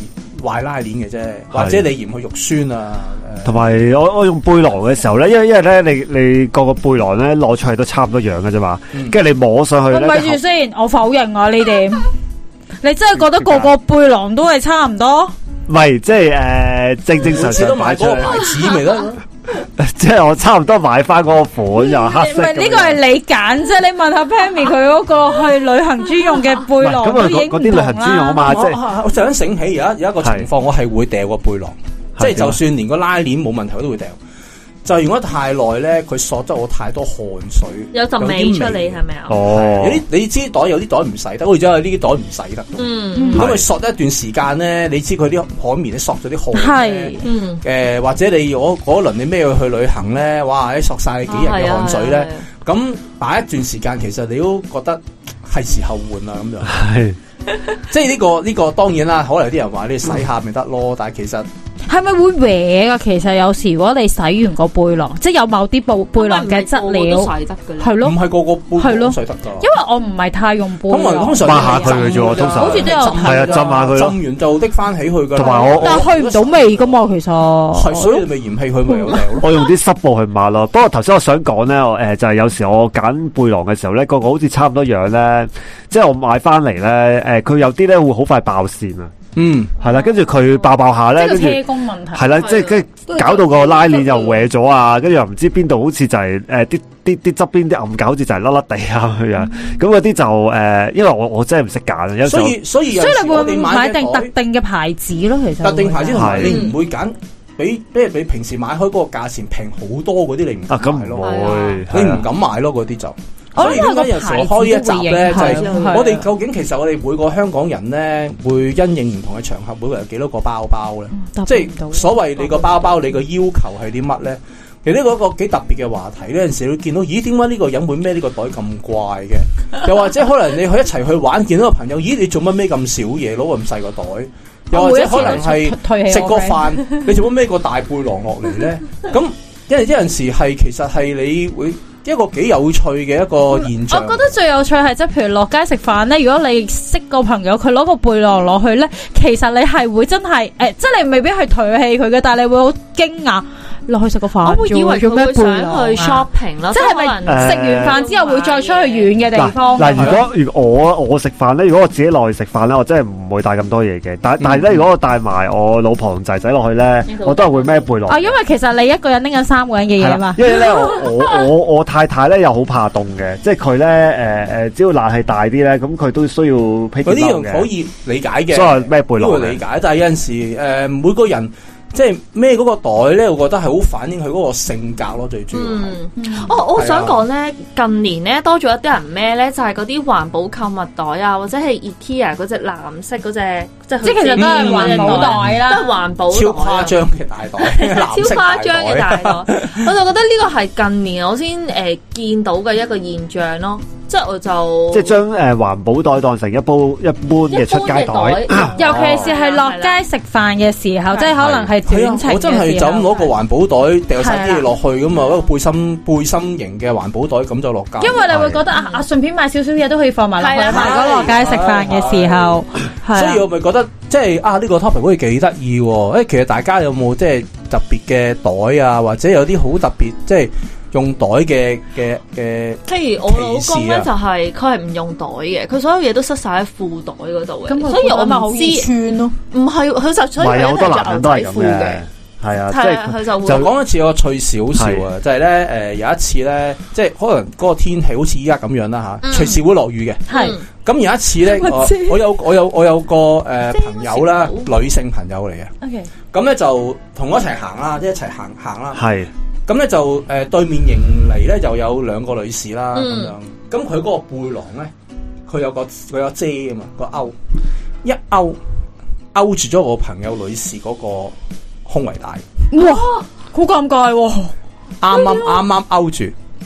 Speaker 2: 壞拉鏈嘅啫，
Speaker 1: 係
Speaker 2: 或者你嫌佢肉酸啊，
Speaker 1: 同埋我我用背囊嘅時候咧，因為因為咧你你個個背囊咧攞出嚟都差唔多樣嘅啫嘛
Speaker 2: 嗯，
Speaker 1: 跟住你摸上去
Speaker 3: 喂，
Speaker 1: 咧，
Speaker 3: 咪住
Speaker 1: 後
Speaker 3: 先，我否認啊呢點。
Speaker 1: <laughs>
Speaker 3: 你真係覺得個個背囊都係差唔多？
Speaker 1: 唔係即係诶正正
Speaker 2: 誒每
Speaker 1: 常
Speaker 2: 次呃都
Speaker 1: 常
Speaker 2: 買
Speaker 1: 擺出
Speaker 2: 嗰
Speaker 1: 嚟，
Speaker 2: 個牌子咪得咯。
Speaker 1: <laughs> 即係我差唔多買翻嗰個款又黑
Speaker 3: 唔
Speaker 1: 色咁
Speaker 3: 係
Speaker 1: 樣。
Speaker 3: 呢個係嗯你揀啫，你問下 Pammy 佢嗰個去旅行專用嘅
Speaker 1: 唔
Speaker 3: 背
Speaker 1: 係
Speaker 3: 囊
Speaker 1: 咁
Speaker 3: 都
Speaker 1: 啊
Speaker 3: 已經
Speaker 1: 嗰
Speaker 3: 唔
Speaker 1: 嗰啲旅行
Speaker 3: 同
Speaker 1: 專用啊
Speaker 3: 啦。
Speaker 1: 嘛，即係
Speaker 2: 我哦我我就咁醒起，有一有一個情況，我係會掉個背囊，即係
Speaker 1: 係點啊
Speaker 2: 就算連個拉鏈冇問題，我都會掉。就係如果太耐咧，佢索得我太多汗水，
Speaker 4: 有陣味
Speaker 2: 啲
Speaker 4: 出嚟係咪啊？
Speaker 1: 哦
Speaker 2: 有啲你知袋有啲袋唔洗得，我而家有呢啲袋唔洗得。
Speaker 4: 嗯
Speaker 2: 咁佢索一段時間咧，你知佢啲海綿咧索咗啲汗呢
Speaker 3: 係。
Speaker 4: 嗯，
Speaker 2: 誒、呃或者你嗰嗰輪你咩去旅行咧，哇！你索晒你
Speaker 4: 哦
Speaker 2: 幾日
Speaker 3: 啊
Speaker 2: 嘅
Speaker 4: 啊
Speaker 2: 汗水咧，咁擺一段時間，其實你都覺得係時候換啦咁樣。
Speaker 3: <laughs>
Speaker 1: 係
Speaker 2: 即係呢、個呢、個當然啦，可能有啲人話你洗下咪得咯，但係其實
Speaker 3: 係咪會歪噶？其實有時如果你洗完個背囊，即係有某啲布背囊嘅質
Speaker 4: 係啊
Speaker 3: 料
Speaker 4: 係啊係啊不過唔係個
Speaker 2: 唔，係個個杯
Speaker 3: 係咯係
Speaker 4: 個都洗得㗎啦
Speaker 3: 咯
Speaker 2: 都水得㗎。
Speaker 3: 因為我唔係太用背
Speaker 2: 通常
Speaker 3: 囊
Speaker 2: 啊通。常
Speaker 1: 抹下佢嘅啫喎通常
Speaker 3: 好似都有
Speaker 1: 係啊浸下佢咯
Speaker 2: 浸完就滴翻起佢㗎啦。
Speaker 1: 同埋我
Speaker 3: 但係去唔到味啊噶嘛，其實
Speaker 2: 係所以你咪嫌棄佢咪
Speaker 1: 嗯
Speaker 2: 有掉咯。
Speaker 1: 我用啲濕布去抹咯。不過頭先我想講咧，我誒、就係、有時我揀背囊嘅時候咧，個個好似差唔多樣咧，即係我買翻嚟咧，誒、呃佢有啲咧會好快爆線啊，
Speaker 2: 嗯，
Speaker 1: 係啦，跟住佢爆爆下咧，跟
Speaker 3: 即係
Speaker 1: 住
Speaker 3: 車工問題。
Speaker 1: 係啦，即係跟住搞到個拉鏈又歪咗啊，跟住又唔知邊度好似就係誒啲啲啲側邊啲暗格好似就係甩甩地啊咁樣，咁嗰啲就誒、因為我我真係唔識揀啊，有時
Speaker 2: 所
Speaker 1: 候
Speaker 2: 以所以有
Speaker 3: 所以
Speaker 2: 時
Speaker 3: 你
Speaker 2: 我
Speaker 3: 會
Speaker 2: 哋
Speaker 3: 唔買
Speaker 2: 買
Speaker 3: 定
Speaker 2: 嘅
Speaker 3: 特
Speaker 2: 袋
Speaker 3: 定嘅牌子咯，其實
Speaker 2: 特定牌子同埋
Speaker 1: 係
Speaker 2: 你唔會揀比比比平時買開嗰個價錢平好多嗰啲，你唔
Speaker 1: 啊咁
Speaker 2: 敢買
Speaker 1: 唔
Speaker 2: 咯，
Speaker 4: 係
Speaker 1: 會
Speaker 4: 啊，
Speaker 2: 你
Speaker 1: 係啦
Speaker 2: 唔敢買咯嗰啲就。
Speaker 3: 我
Speaker 2: 所以
Speaker 3: 諗佢
Speaker 2: 點
Speaker 3: 個
Speaker 2: 解有時我開呢一集咧，就
Speaker 3: 牌子
Speaker 2: 係
Speaker 3: 都
Speaker 1: 啊
Speaker 3: 會影響
Speaker 2: 我哋究竟其實我哋每個香港人咧，會因應唔同嘅場合，每個人有幾多個包包咧？
Speaker 3: 啊嗯答唔
Speaker 2: 即係
Speaker 3: 到
Speaker 2: 所謂你個包包，你個要求係啲乜咧？其實呢個一個幾特別嘅話題，呢陣時你會見到，咦？點解呢個人會孭呢個袋咁怪嘅？
Speaker 3: <laughs>
Speaker 2: 又或者可能你去一齊去玩，見到個朋友，咦？你做乜孭咁少嘢，攞咁細個袋？又或者可能係食個飯，你做乜孭個大背囊落嚟
Speaker 3: <laughs>
Speaker 2: 咧？咁因為有陣時係其實係你會一個幾有趣嘅一個現
Speaker 3: 我
Speaker 2: 象。
Speaker 3: 覺得最有趣係即係譬如落街食飯咧，如果你識個朋友，佢攞個背囊落去咧，其實你係會真係誒、即係你未必係唾棄佢嘅，但係你會好驚訝落去食個飯啫喎，
Speaker 4: 我會以為
Speaker 3: 做
Speaker 4: 佢
Speaker 3: 咩
Speaker 4: 會
Speaker 3: 背囊啊
Speaker 4: 想去 shopping 啦，
Speaker 3: 即係咪
Speaker 4: 可能
Speaker 3: 食完飯之後會再出去遠嘅地
Speaker 1: 嗱
Speaker 3: 方？
Speaker 1: 嗱，如果如果我我食飯咧，如果我自己落去食飯咧，我真係唔會帶咁多嘢嘅。但但係咧，如果我帶埋我老婆同仔仔落去咧
Speaker 4: 呢，度
Speaker 1: 我都係會孭背囊。
Speaker 3: 啊，因為其實你一個人拎緊三個人嘅
Speaker 1: 係
Speaker 3: 嘢
Speaker 1: 啦
Speaker 3: 嘛，
Speaker 1: 因為咧我我我我太太咧又好怕凍嘅，即係佢咧誒誒，只要冷氣大啲咧，咁佢都需要披件
Speaker 2: 嗰啲
Speaker 1: 褸
Speaker 2: 樣可
Speaker 1: 嘅，
Speaker 2: 以理解嘅，
Speaker 1: 所以我孭背
Speaker 2: 都
Speaker 1: 囊
Speaker 2: 會理
Speaker 1: 嘅。
Speaker 2: 解，但係有陣時誒、每個人即係孭嗰個袋咧，我覺得係好反映佢嗰個性格咯，最主要係。啊
Speaker 4: 嗯，我我想講咧，近年咧多咗一啲人咩咧，就係嗰啲環保購物袋啊，或者係 IKEA 嗰隻藍色嗰只，即係
Speaker 3: 即係其實都係環保袋
Speaker 4: 都係
Speaker 3: 啦。
Speaker 4: 環保
Speaker 2: 超
Speaker 4: 袋
Speaker 2: 誇
Speaker 4: 啊
Speaker 2: 張嘅大
Speaker 4: <laughs>
Speaker 2: 袋，
Speaker 4: 超
Speaker 2: 藍色大
Speaker 4: 誇張嘅
Speaker 2: 袋。啊
Speaker 4: 大袋， <laughs> 我就覺得呢個係近年我先誒、呃、見到嘅一個現象咯，即係我就
Speaker 1: 即係將誒環保袋當成一煲一般嘅出街
Speaker 4: 一般嘅
Speaker 1: 袋，啊
Speaker 4: 袋
Speaker 3: 尤其是哦係落街食飯嘅時候，
Speaker 4: 係
Speaker 3: 即係可能係
Speaker 2: 係
Speaker 3: 短
Speaker 2: 啊
Speaker 3: 程，
Speaker 2: 我真係就
Speaker 3: 嘅時
Speaker 2: 咁
Speaker 3: 候。
Speaker 2: 攞個環保袋掉晒啲嘢落去咁啊，
Speaker 4: 係
Speaker 2: 一
Speaker 4: 啦
Speaker 2: 個背心背心型嘅環保袋咁就落街。
Speaker 3: 因為你會覺得啊啊，順便買少少嘢都可以放埋落去啊
Speaker 4: 係啊
Speaker 3: 嘛。如果落街食飯嘅時候，係
Speaker 2: 所以
Speaker 3: 啊
Speaker 2: 我咪覺得即係啊呢、個 topic 好似幾得意喎！誒，其實大家有冇即係特別嘅袋啊，或者有啲好特別即係用袋嘅嘅嘅
Speaker 4: 譬如我老公咧
Speaker 1: 啊
Speaker 2: 歧視
Speaker 4: 就係佢係唔用袋嘅，佢所有嘢都塞晒喺褲袋嗰度
Speaker 3: 咁
Speaker 4: 嘅，所以我
Speaker 3: 咪好
Speaker 4: 唔知
Speaker 3: 易穿咯。
Speaker 4: 唔係佢就
Speaker 1: 唔
Speaker 4: 所以
Speaker 1: 係有
Speaker 4: 佢
Speaker 1: 好多男人
Speaker 4: 一定係着牛
Speaker 1: 都係
Speaker 4: 仔
Speaker 1: 咁
Speaker 4: 褲嘅
Speaker 1: 嘅，，係啊，即
Speaker 4: 係啊
Speaker 1: 係
Speaker 4: 佢就會
Speaker 2: 就講一次我趣少少啊，就係咧誒有一次咧，即係可能嗰個天氣好似依家咁樣啦嚇，
Speaker 4: 嗯
Speaker 2: 隨時會落雨嘅。
Speaker 3: 係
Speaker 4: 嗯
Speaker 2: 咁有一次咧，
Speaker 4: <laughs>
Speaker 3: 我
Speaker 2: 我
Speaker 3: 知
Speaker 2: 我有我有我有個誒
Speaker 4: 即係
Speaker 2: 朋友啦，
Speaker 4: 好
Speaker 2: 女性朋友嚟嘅。
Speaker 3: ，OK，
Speaker 2: 咁咧就同我一齊行啦，即係一齊
Speaker 4: 嗯
Speaker 2: 行行啦。
Speaker 1: 係
Speaker 2: 呃咁咧就誒對面迎嚟咧就有兩個女士啦咁
Speaker 4: 嗯
Speaker 2: 樣。咁佢嗰個背囊咧，佢有個佢有遮啊嘛，個勾一勾勾住咗我朋友女士嗰個胸圍帶，
Speaker 3: 哇，好尷尬喎！
Speaker 2: 啱啱啱啱勾住，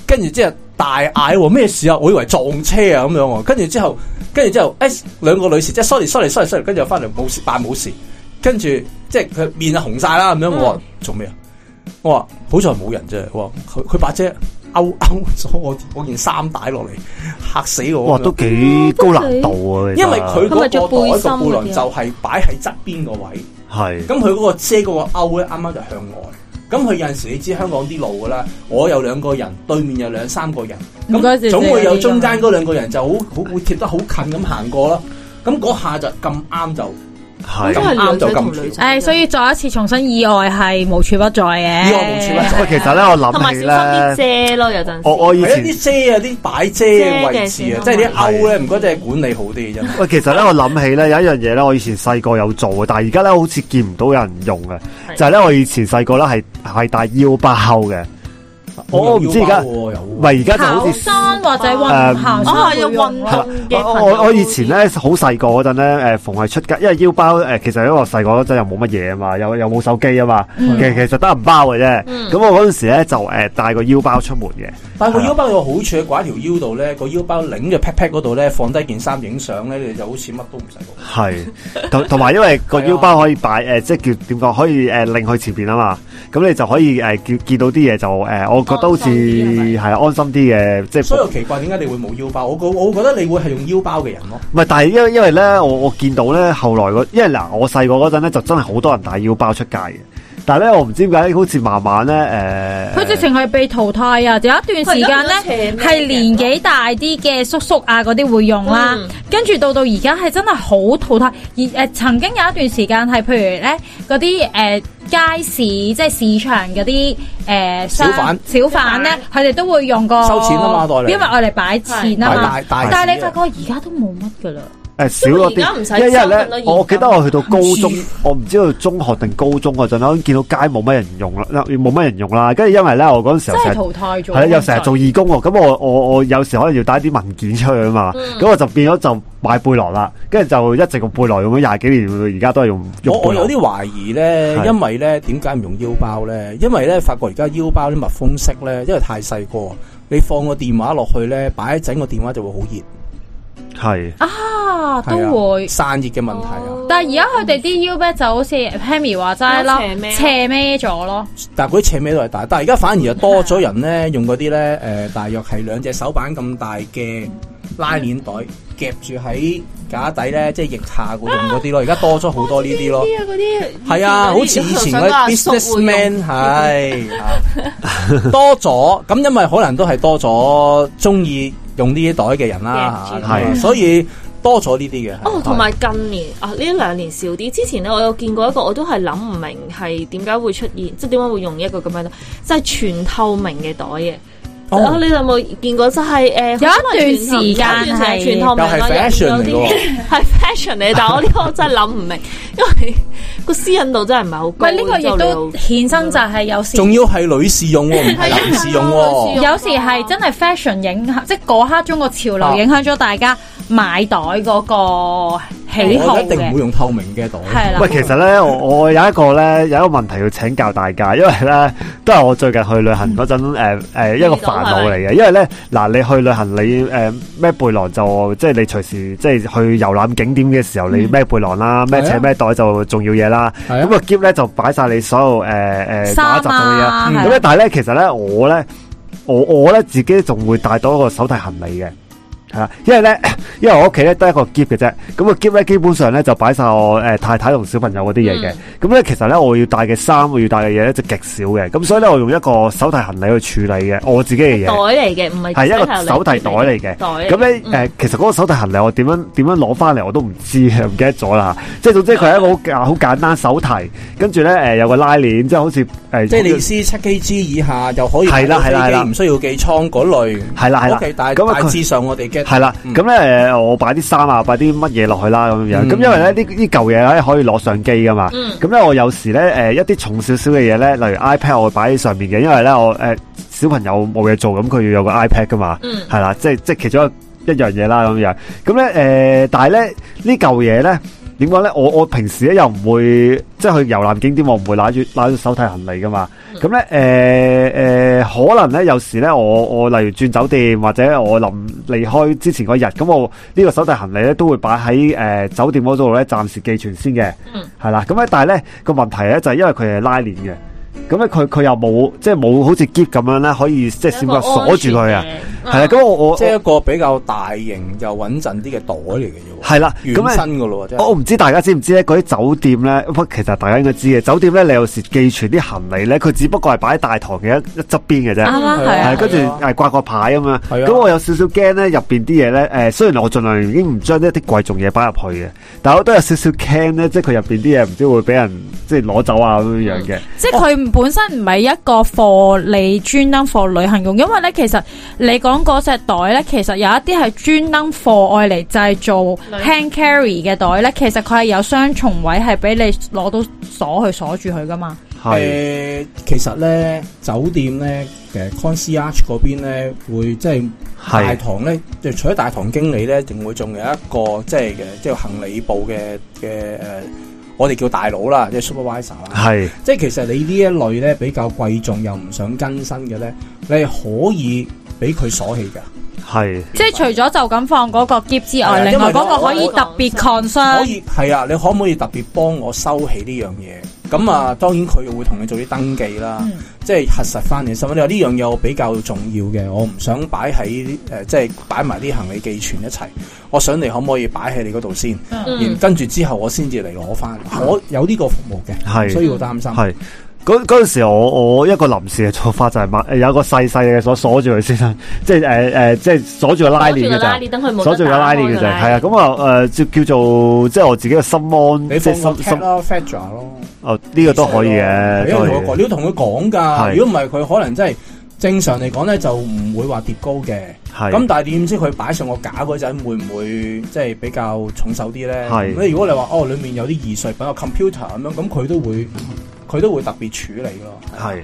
Speaker 2: 跟住之後大嗌喎咩事啊？我以為撞車啊咁樣喎，跟住之後跟住之後，誒兩個女士即係 sorry sorry sorry sorry，跟住又翻嚟冇事扮冇事，跟住即係佢面啊紅晒啦咁
Speaker 4: 嗯
Speaker 2: 樣，我話做咩啊？我話好在冇人啫，我話佢佢把遮勾勾咗 <laughs> 我我件衫帶落嚟，嚇死我！
Speaker 1: 哇，都幾高難度啊！
Speaker 2: 因為佢
Speaker 4: 佢咪
Speaker 2: 嗰個
Speaker 4: 着背
Speaker 2: 袋個
Speaker 4: 心嗰
Speaker 2: 背
Speaker 4: 啲啊
Speaker 2: 囊就係擺喺側邊個位，
Speaker 1: 係
Speaker 2: 咁佢嗰個遮嗰個勾咧，啱啱就向外。咁佢有陣時你知香港啲路噶啦，我有兩個人，對面有兩三個人，
Speaker 3: 唔該謝
Speaker 2: 咁
Speaker 3: 謝
Speaker 2: 總會有
Speaker 3: 你
Speaker 2: 中間嗰兩個人就好好會貼得好近咁行過啦。咁嗰下就咁啱就
Speaker 1: 係啊
Speaker 4: 都。係女仔同女仔。
Speaker 3: 诶，所以再一次重申，意外係無處不在嘅。
Speaker 2: 意外無處不在
Speaker 1: 喂，其實咧，我
Speaker 4: 同埋
Speaker 1: 諗起
Speaker 4: 小心
Speaker 1: 咧，
Speaker 4: 啲遮咯，有陣時。
Speaker 1: 我我以
Speaker 2: 係
Speaker 1: 前
Speaker 2: 一啲遮啊，啲擺遮嘅位置啊，即
Speaker 4: 遮嘅
Speaker 2: 係
Speaker 4: 先
Speaker 2: 啲勾
Speaker 4: 好
Speaker 2: 咧，唔該，真係管理好啲啊真係。
Speaker 1: 喂，其實咧，我諗起咧有一樣嘢咧，我以前細個有做嘅，但係而家咧好似見唔到有人用嘅，
Speaker 4: 係
Speaker 1: 就係咧我以前細個咧係係帶腰包
Speaker 2: <laughs>
Speaker 1: 嘅，哦我唔知而家
Speaker 2: 有喎有喎
Speaker 1: 咪而家就好
Speaker 3: 行
Speaker 1: 似。
Speaker 3: 山或者運行
Speaker 4: 我
Speaker 3: 山
Speaker 4: 係
Speaker 3: 會
Speaker 4: 用運
Speaker 3: 用咯，
Speaker 4: 動
Speaker 1: 我
Speaker 4: 嘅朋友
Speaker 1: 我我以前咧好細個嗰陣咧，誒逢係出街，因為腰包誒、其實因為我細個嗰陣又冇乜嘢啊嘛，又又冇手機啊嘛，其、其實得銀包嘅啫。咁、
Speaker 4: 嗯
Speaker 1: 我嗰陣時咧就誒、帶個腰包出門嘅，
Speaker 2: 但係個腰包有個好處，掛喺條腰度咧，個腰包擰嘅 pat pat 嗰度咧，放低件衫影相咧，你就好似乜都唔使做。
Speaker 1: 係同同埋因為個
Speaker 2: 係啊
Speaker 1: 腰包可以擺誒、即係叫點講，可以誒擰、去前邊啊嘛，咁你就可以誒、見見到啲嘢就誒、我覺得好似
Speaker 4: 安心啲係
Speaker 1: 係安心啲嘅，即
Speaker 2: 所以
Speaker 1: 係
Speaker 2: 我奇怪點解你會冇腰包？我覺我覺得你會係用腰包嘅人咯。
Speaker 1: 唔係？但係因為因為咧，我我見到咧後來個，因為嗱我細個嗰陣咧就真係好多人帶腰包出街嘅，但係咧我唔知點解好似慢慢呃咧誒。
Speaker 3: 佢直情係被淘汰啊！有一段時間咧，係年紀大啲嘅叔叔啊嗰啲會用啦
Speaker 4: 嗯，
Speaker 3: 跟住到到而家係真係好淘汰。而誒、呃曾經有一段時間係譬如咧嗰啲誒街市即係市場嗰啲誒
Speaker 2: 小販
Speaker 3: 小販咧，佢哋都會用個
Speaker 2: 收錢啊嘛袋嚟
Speaker 3: 因為我哋擺錢啊嘛
Speaker 2: 係。大大
Speaker 3: 但係你
Speaker 2: 市啊
Speaker 3: 發覺而家都冇乜噶啦，
Speaker 1: 誒呃少咗
Speaker 4: 因為而家唔使
Speaker 1: 啲，因為因為
Speaker 4: 收咁多
Speaker 1: 咧，
Speaker 4: 現金
Speaker 1: 我記得我去到高中
Speaker 2: 唔知，
Speaker 1: 我唔知道中學定高中嗰陣啦，見到街冇乜人用啦，冇乜人用啦，跟住因為咧，我嗰陣時候
Speaker 3: 真
Speaker 1: 成
Speaker 3: 係
Speaker 1: 日
Speaker 3: 淘汰咗。
Speaker 1: 係
Speaker 2: 啊
Speaker 1: 啦，又成日做義工喎，咁我我我有時可能要帶啲文件出去啊嘛，咁我就變咗就買背囊啦，跟住就一直用背囊用咗廿幾年，而家都係用
Speaker 2: 我
Speaker 1: 用背
Speaker 2: 我有
Speaker 1: 囊。
Speaker 2: 啲懷疑咧，
Speaker 1: 係
Speaker 2: 因為咧點解唔用腰包咧？因為咧發覺而家腰包啲密封式咧，因為太細個，你放個電話落去咧，擺一陣個電話就會好熱，
Speaker 1: 係
Speaker 3: 啊，都
Speaker 2: 係啊
Speaker 3: 會。哦
Speaker 2: 散熱嘅問題啊。
Speaker 3: 但係而家佢哋啲 U b a g 就好似 Pammy 話齋
Speaker 2: 啊
Speaker 3: 啦，
Speaker 4: 有斜孭
Speaker 3: 斜孭咗咯。
Speaker 2: 但係嗰啲斜尾都係大，但係而家反而又多咗人咧用嗰啲咧誒，大約係兩隻手板咁大嘅拉鏈袋夾住喺架底咧，即係腋下嗰度用嗰啲咯。而家多咗好多呢啲咯，
Speaker 4: 嗰啲
Speaker 2: 係啊，好似以前嗰啲 businessman 係啊多咗，咁因為可能都係多咗中意用呢啲袋嘅人啦，
Speaker 4: 夾
Speaker 2: 嚇
Speaker 4: 住
Speaker 2: 咁啊
Speaker 1: 係
Speaker 2: 所以多咗呢啲嘅。
Speaker 4: 哦，同埋近年啊，呢兩年少啲。之前咧，我有見過一個，我都係諗唔明係點解會出現，即係點解會用一個咁樣嘅袋，就係全透明嘅袋嘅。
Speaker 2: 哦
Speaker 4: 啊，你有冇見過？就係誒，
Speaker 3: 有一段時間係
Speaker 4: 有一段時間全透明啦，
Speaker 2: 又係
Speaker 4: 入邊
Speaker 2: fashion 嚟
Speaker 4: 有啲 <laughs> 係 fashion 嚟，但係我呢個真係諗唔明，因為個私隱度真係唔係好
Speaker 3: 唔
Speaker 4: 高。
Speaker 3: 係呢個亦都衍生就係有時。
Speaker 2: 仲要係女士用喎，唔係男士用喎。
Speaker 3: 有時係真係 fashion 影響，即係嗰刻中國潮流影響咗大家買袋嗰個喜好
Speaker 2: 我哦一定唔會
Speaker 3: 嘅，
Speaker 2: 用透明嘅袋。
Speaker 3: 係啦
Speaker 1: 喂，。其實咧，我我有一個咧，有一個問題要請教大家，因為咧都係我最近去旅行嗰陣，誒、誒一個煩惱嚟嘅。因為咧，嗱，你去旅行你誒咩、背囊就即係你隨時即係去遊覽景點嘅時候，
Speaker 3: 嗯
Speaker 1: 你咩背囊啦，咩
Speaker 2: 係啊
Speaker 1: 扯咩袋就重要嘢啦。
Speaker 2: 係啊
Speaker 1: 咁個箧咧就擺晒你所有誒誒
Speaker 3: 衫
Speaker 1: 打雜嘅
Speaker 3: 啊
Speaker 1: 嘢。
Speaker 3: 係啊
Speaker 1: 咁咧，但係咧，其實咧，我咧，我我咧自己仲會帶多一個手提行李嘅。系啦，啊因為咧， <coughs> 因為我屋企咧得一個箧嘅啫，咁、個箧咧基本上咧就擺晒我诶、呃太太同小朋友嗰啲嘢
Speaker 4: 嗯
Speaker 1: 嘅，咁咧、其實咧我要帶嘅衫，我要帶嘅嘢咧就極少嘅，咁所以咧我用一個手提行李去處理嘅我自己嘅
Speaker 4: 袋
Speaker 1: 嘢，
Speaker 4: 嚟嘅，唔係
Speaker 1: 係一個手提袋嚟嘅。
Speaker 4: 袋嚟嘅
Speaker 1: 咁咧
Speaker 4: 嗯
Speaker 1: 诶，其實嗰個手提行李我點樣点样攞翻嚟我都唔知，唔記得咗啦。即係總之佢係一個好
Speaker 4: 嗯
Speaker 1: 簡好簡單手提，跟住咧诶有個拉鏈，即係好似呃诶
Speaker 2: 即係你意思七 kg 以下又可以
Speaker 1: 係啦
Speaker 2: 擺到
Speaker 1: 係啦係
Speaker 2: 飛機
Speaker 1: 啦
Speaker 2: 唔需要寄倉嗰類。
Speaker 1: 係啦係啦
Speaker 2: O K，但係
Speaker 1: 咁啊
Speaker 2: 大
Speaker 1: 佢
Speaker 2: 致上我哋嘅嘅，
Speaker 1: 系啦，
Speaker 2: 嗯
Speaker 1: 咁咧誒我擺啲衫啊，擺啲乜嘢落去啦咁樣。
Speaker 2: 嗯
Speaker 1: 咁因為咧呢呢嚿嘢咧可以攞相機噶嘛。
Speaker 4: 嗯
Speaker 1: 咁咧我有時咧誒一啲重少少嘅嘢咧，例如 iPad 我會擺喺上面嘅，因為咧我誒小朋友冇嘢做，咁佢要有個 iPad 噶嘛。
Speaker 4: 嗯
Speaker 1: 係啦，即係即係其中一一樣嘢啦咁樣。咁咧誒，但係咧呢嚿嘢咧。點講咧？我我平時咧又唔會即係去遊覽景點，我唔會揦住揦住手提行李噶嘛。
Speaker 4: 嗯
Speaker 1: 咁咧誒誒，可能咧有時咧，我我例如轉酒店或者我臨離開之前嗰日，咁我呢個手提行李咧都會擺喺誒酒店嗰度咧，暫時寄存先嘅。
Speaker 4: 嗯，
Speaker 1: 係啦。咁咧，但係咧個問題咧就係因為佢係拉鏈嘅，咁咧佢佢又冇即係冇好似 keep 咁樣咧，可以即係閃腳鎖住佢啊。
Speaker 4: 一個
Speaker 1: 係啦，
Speaker 4: 安全嘅，
Speaker 1: 咁我我
Speaker 2: 即係一個比較大型又穩陣啲嘅袋嚟嘅啫喎，
Speaker 1: 係啦，咁
Speaker 2: 軟
Speaker 1: 咧。
Speaker 2: 身噶咯喎，真
Speaker 1: 我哦我
Speaker 2: 係。
Speaker 1: 唔知大家知唔知咧，嗰啲酒店咧，不過其實大家應該知嘅。酒店咧，你有時寄存啲行李咧，佢只不過係擺喺大堂嘅一一側邊嘅啫。
Speaker 3: 啱啊，
Speaker 2: 係啊，
Speaker 3: 係啊。
Speaker 1: 係跟住誒掛個牌咁樣，
Speaker 2: 係啊
Speaker 1: 咁我有少少驚咧入邊啲嘢咧誒，雖然我盡量已經唔將一啲貴重嘢擺入去嘅，但我都有少少驚咧，即係佢入邊啲嘢唔知會俾人即係攞走啊咁樣樣嘅。
Speaker 3: 即係佢本身唔係一個貨你專登貨旅行用，因為咧其實你講嗰隻袋咧，其實有一啲係專登貨愛嚟製造
Speaker 4: 旅
Speaker 3: hand carry 嘅袋咧，其實佢係有雙重位係俾你攞到鎖去鎖住佢噶嘛。
Speaker 1: 係
Speaker 2: 誒，其實咧酒店咧嘅 concierge 嗰邊咧會即係大
Speaker 1: 係
Speaker 2: 堂咧，就除咗大堂經理咧，仲會仲有一個即係嘅，即係行李部嘅嘅誒，我哋叫大佬啦，即係 supervisor 啦。
Speaker 1: 係
Speaker 2: 即係其實你呢一類咧比較貴重又唔想更新嘅咧，你係可以俾佢鎖起嘅。
Speaker 1: 係
Speaker 3: 即係除咗就咁放嗰個箧之
Speaker 2: 係啊
Speaker 3: 外，另外
Speaker 2: 因為
Speaker 3: 嗰個可以特別
Speaker 2: 可
Speaker 3: concern。
Speaker 2: 以係啊，你可唔可以特別幫我收起呢樣嘢？咁啊，當然佢會同你做啲登記啦，
Speaker 3: 嗯
Speaker 2: 即係核實翻你身份。你話呢樣嘢我比較重要嘅，我唔想擺喺誒，即係擺埋啲行李寄存一齊。我想你可唔可以擺喺你嗰度先？
Speaker 3: 嗯
Speaker 2: 然跟住之後我先至嚟攞翻。我有呢個服務嘅，
Speaker 1: 係
Speaker 2: 唔需要擔心。
Speaker 1: 係。嗰嗰陣時我，我一個臨時嘅做法就係買有一個細細嘅鎖鎖住佢先啦，即係誒誒，即係鎖住個拉鏈
Speaker 4: 鎖住
Speaker 1: 嘅
Speaker 4: 個拉
Speaker 1: 咋，
Speaker 4: 鏈，等佢冇
Speaker 1: 鎖住個拉鏈嘅咋，係啊，咁啊誒，叫叫做即係我自己嘅心
Speaker 2: 你
Speaker 1: 安，即
Speaker 2: 放
Speaker 1: 係心
Speaker 2: 個 cat
Speaker 1: 心
Speaker 2: 啦 f e d r a 咯，
Speaker 1: 哦，呢個都可以嘅，
Speaker 2: 係
Speaker 1: 都
Speaker 2: 啊
Speaker 1: 可
Speaker 2: 你
Speaker 1: 以嘅。
Speaker 2: 要同佢講你要同佢講㗎。
Speaker 1: 係
Speaker 2: 如果唔係，佢可能真係正常嚟講咧，就唔會話疊高嘅。咁
Speaker 1: 係
Speaker 2: 但係點知佢擺上個架嗰陣會唔會即係比較重手啲咧？
Speaker 1: 係
Speaker 2: 咁如果你話哦，裡面有啲易碎品，有 computer 咁樣，咁佢都會佢都會特別處理咯。
Speaker 1: 係，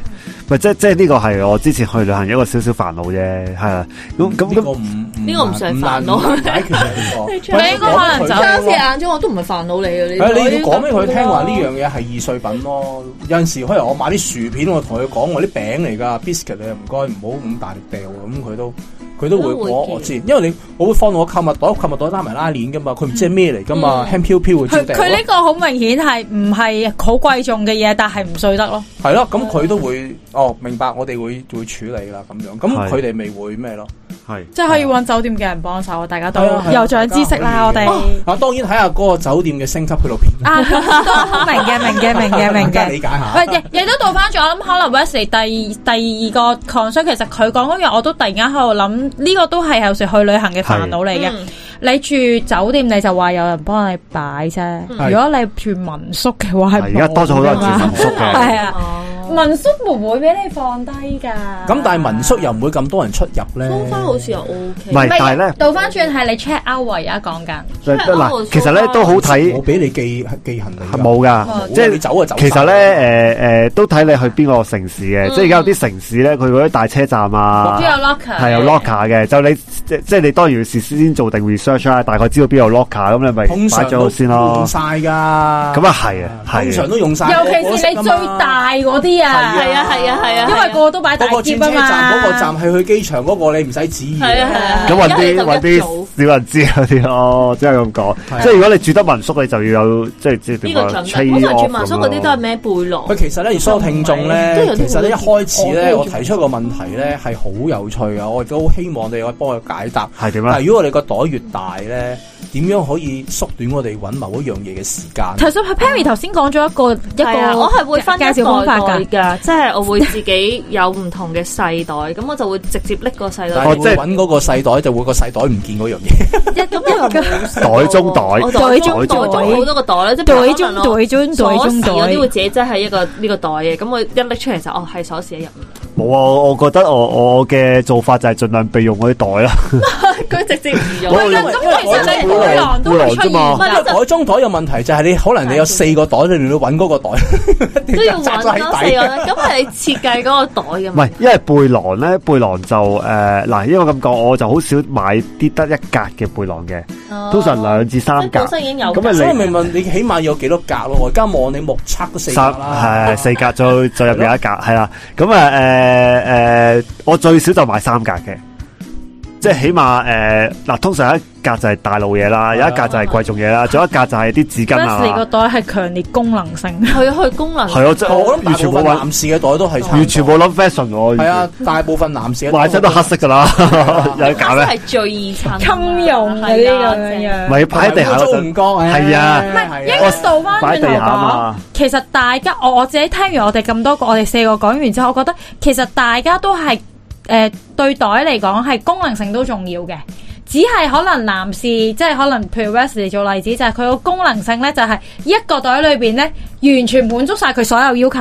Speaker 1: 咪即即係呢個係我之前去旅行一個少少煩惱啫，係啦。咁咁
Speaker 2: 呢
Speaker 1: 咁
Speaker 2: 個唔唔
Speaker 4: 呢個唔想
Speaker 2: 難
Speaker 4: 煩惱
Speaker 2: 唔難解決
Speaker 4: <laughs>
Speaker 2: 嘅呢個。
Speaker 3: 你應該可能走
Speaker 4: 三四眼中我都唔係煩惱你
Speaker 2: 係
Speaker 4: 嘅，
Speaker 2: 你要講俾佢聽話呢樣嘢係易碎品咯。有陣時可能我買啲薯片，我同佢講我啲餅嚟㗎，biscuit 你唔該唔好咁大力掉啊咁佢都。佢都會
Speaker 4: 都
Speaker 2: 我
Speaker 4: 會嘅
Speaker 2: 我知，因為你我會放落我購物袋，購物袋拉埋拉鏈㗎嘛，佢唔知係咩嚟㗎嘛
Speaker 4: 嗯
Speaker 2: 輕飄飄會
Speaker 3: 佢
Speaker 2: 照掉咯。
Speaker 3: 佢呢個好明顯係唔係好貴重嘅嘢，但係唔碎得咯。
Speaker 2: 系咯，咁佢都會哦，明白我哋會會處理啦，咁樣，咁
Speaker 1: 係
Speaker 2: 佢哋咪會咩咯？
Speaker 1: 係
Speaker 3: 即係可以揾酒店嘅人幫手，大家都
Speaker 2: 係啊係啊
Speaker 3: 有長知識啦，我
Speaker 2: 大
Speaker 3: 哋
Speaker 2: 家。啊，當然睇下嗰個酒店嘅升級去到邊，
Speaker 3: 啊，咁都明嘅，明嘅，明
Speaker 2: <laughs>
Speaker 3: 嘅，明
Speaker 2: 大家
Speaker 3: 嘅。
Speaker 2: 理解下
Speaker 3: 喂，。亦亦都倒翻咗，我諗可能 Wesley 第第二個 concern，其實佢講嗰樣我都突然間喺度諗，呢、個都係有時去旅行嘅煩惱嚟嘅。
Speaker 4: 嗯
Speaker 3: 你住酒店你就話有人幫你擺啫，
Speaker 2: 嗯係
Speaker 3: 如果你住民宿嘅話
Speaker 1: 係
Speaker 3: 係
Speaker 1: 而家多咗好多人住民宿嘅，
Speaker 3: 係啊，民宿會唔會俾你放低㗎？
Speaker 2: 咁但係民宿又唔會咁多人出入咧。
Speaker 4: 梳花好似又 O K，
Speaker 1: 唔係
Speaker 3: 唔係
Speaker 1: 但係咧
Speaker 3: 倒翻轉係你 check out 喎，而家講緊。
Speaker 1: 就
Speaker 4: 因為我
Speaker 1: 嗱，其實
Speaker 4: 我
Speaker 1: 咧
Speaker 4: 我
Speaker 1: 都好
Speaker 2: 我
Speaker 1: 睇，
Speaker 2: 俾你寄寄行李㗎
Speaker 1: 係冇噶
Speaker 3: 冇，
Speaker 1: 即
Speaker 2: 你
Speaker 1: 係。
Speaker 2: 走就走晒。
Speaker 1: 其實咧，誒呃誒，都睇你去邊個城市嘅，
Speaker 4: 嗯
Speaker 1: 即係而家有啲城市咧，佢嗰啲大車站啊
Speaker 3: 都，有 locker，
Speaker 1: 係
Speaker 4: 啊
Speaker 1: 有 locker 嘅，就你即即係你當然要事先做定 research 啦，大概知道邊有 locker，咁你咪
Speaker 2: 通
Speaker 1: 擺
Speaker 2: 常
Speaker 1: 咗
Speaker 2: 都
Speaker 1: 好先
Speaker 2: 都
Speaker 1: 咯
Speaker 2: 用。晒㗎。
Speaker 1: 咁啊係啊，
Speaker 2: 通
Speaker 1: 係
Speaker 2: 常
Speaker 1: 啊
Speaker 2: 都用晒。
Speaker 3: 尤其是你最大嗰啲啊，
Speaker 4: 係啊係啊係啊，
Speaker 3: 因為個個都擺大
Speaker 2: 嗰個轉
Speaker 3: 碟
Speaker 2: 車
Speaker 3: 啊嘛。
Speaker 2: 站，嗰個站係去機場嗰個，你唔使指意。
Speaker 4: 係啊係啊，
Speaker 1: 咁揾
Speaker 4: 因為
Speaker 1: 啲
Speaker 4: 就
Speaker 1: 揾
Speaker 4: 一
Speaker 1: 啲
Speaker 4: 早
Speaker 1: 少人知嗰啲咯， <laughs> 即係咁講。
Speaker 2: 啊
Speaker 1: 即係如果你住得民宿，你就要有即係即係
Speaker 4: 呢
Speaker 1: 點
Speaker 4: 個
Speaker 1: 講
Speaker 4: 準備，
Speaker 1: trade
Speaker 4: 通常
Speaker 1: off
Speaker 4: 住民宿嗰啲都係
Speaker 1: 咁咯
Speaker 4: 咩背囊
Speaker 2: 喂，？其實咧，所有聽眾
Speaker 4: 都
Speaker 2: 咧
Speaker 4: 有，啲
Speaker 2: 其實咧一
Speaker 4: 會
Speaker 2: 開始咧，
Speaker 4: 我
Speaker 2: 我
Speaker 4: 都會
Speaker 2: 提出一個問題咧係好有趣嘅，我亦都好希望你可以幫我解答。
Speaker 1: 係點啊咧？
Speaker 2: 但係如果我哋個袋越大咧，點樣可以縮短我哋揾某一樣嘢嘅時間？
Speaker 1: 哦
Speaker 3: 頭先 Perry 頭先講咗一個一
Speaker 4: 係啊
Speaker 3: 個，
Speaker 4: 我係會分一
Speaker 3: 介
Speaker 4: 袋
Speaker 3: 紹方法㗎。
Speaker 4: 袋㗎，即係我會自己有唔同嘅細袋，咁我就會直接拎個細
Speaker 2: 但
Speaker 4: 袋
Speaker 1: 哦
Speaker 2: 係
Speaker 1: 即
Speaker 2: 你
Speaker 1: 係
Speaker 2: 會揾嗰個細袋，就會個細袋唔見嗰樣嘢。
Speaker 4: 一一個
Speaker 1: 袋中袋
Speaker 4: 我
Speaker 3: 袋中袋
Speaker 4: 中袋中好多個袋啦，即係
Speaker 3: 袋
Speaker 4: 可
Speaker 3: 中
Speaker 4: 能我
Speaker 3: 袋中袋
Speaker 4: 鎖
Speaker 3: 中
Speaker 4: 匙
Speaker 3: 袋，
Speaker 4: 嗰啲會自己擠喺一個呢個袋嘅，咁我一拎出嚟就哦係鎖匙喺入面。 <laughs>
Speaker 1: 冇啊！我我覺得我我嘅做法就係盡量備用嗰啲袋啦，
Speaker 4: 佢直
Speaker 1: <laughs>
Speaker 4: 接移
Speaker 1: 我
Speaker 4: 咗
Speaker 1: 因為。
Speaker 3: 咁其實你背囊都會出現
Speaker 1: 背
Speaker 2: 因為 <laughs>
Speaker 3: 㗎，
Speaker 2: 袋中袋有問題就係你可能你有四個袋，你要揾嗰個袋， <laughs>
Speaker 4: 都要
Speaker 2: 扎
Speaker 4: 揾
Speaker 2: 咗
Speaker 4: 多四
Speaker 2: 喺
Speaker 4: 個
Speaker 2: 底。
Speaker 4: 啦，咁係你設計嗰個袋嘅
Speaker 1: 唔係，因為背囊咧，背囊就誒嗱、因為我咁講，我就好少買啲得一格嘅背囊嘅，
Speaker 4: 係
Speaker 1: <laughs> 通常兩至三
Speaker 4: 哦即係
Speaker 1: 格
Speaker 4: 本，身已經有
Speaker 1: 咁咪啊
Speaker 2: 所以
Speaker 1: 你
Speaker 2: 咪問你起碼有幾多格咯？我而家望你目測都四格
Speaker 1: 三
Speaker 2: 啦，
Speaker 1: 係四格，再再入面有一格，係啦。咁啊誒誒，我最少就買三格嘅，即係起碼誒嗱，通常有一格就係大路嘢啦，有一格就係貴重嘢啦，仲有一格就係啲紙巾
Speaker 3: Leslie 個
Speaker 1: 啊。
Speaker 3: 袋係強烈功能性。
Speaker 4: 佢去功能
Speaker 1: 係我真係
Speaker 2: 我
Speaker 1: 我
Speaker 2: 諗
Speaker 1: 完全冇
Speaker 2: 大部分
Speaker 1: 揾，
Speaker 2: 男士嘅袋都係差唔多
Speaker 1: 完全冇諗 fashion 喎。
Speaker 2: 係啊，大部分男士嘅袋
Speaker 1: 完全，賣親都黑色噶啦，有得搞
Speaker 4: 顏
Speaker 1: 咩
Speaker 4: 色？係最易襯，
Speaker 3: 襟用嘅
Speaker 4: 係啊
Speaker 3: 呢
Speaker 4: 正
Speaker 1: 咪擺喺地下
Speaker 2: 污
Speaker 1: 嗰
Speaker 2: 糟
Speaker 1: 陣
Speaker 2: 唔。覺
Speaker 1: 係啊
Speaker 3: 唔係，應該倒翻
Speaker 1: 擺
Speaker 3: 轉
Speaker 1: 地
Speaker 3: 頭
Speaker 1: 下
Speaker 3: 講
Speaker 1: 嘛，
Speaker 3: 其實大家我我自己聽完我哋咁多個，我哋四個講完之後，我覺得其實大家都係誒、呃、對袋嚟講係功能性都重要嘅。只係可能男士，即係可能譬如 Wesley 做例子，就係佢個功能性咧，就係一個袋裏邊咧，完全滿足晒佢所有要求。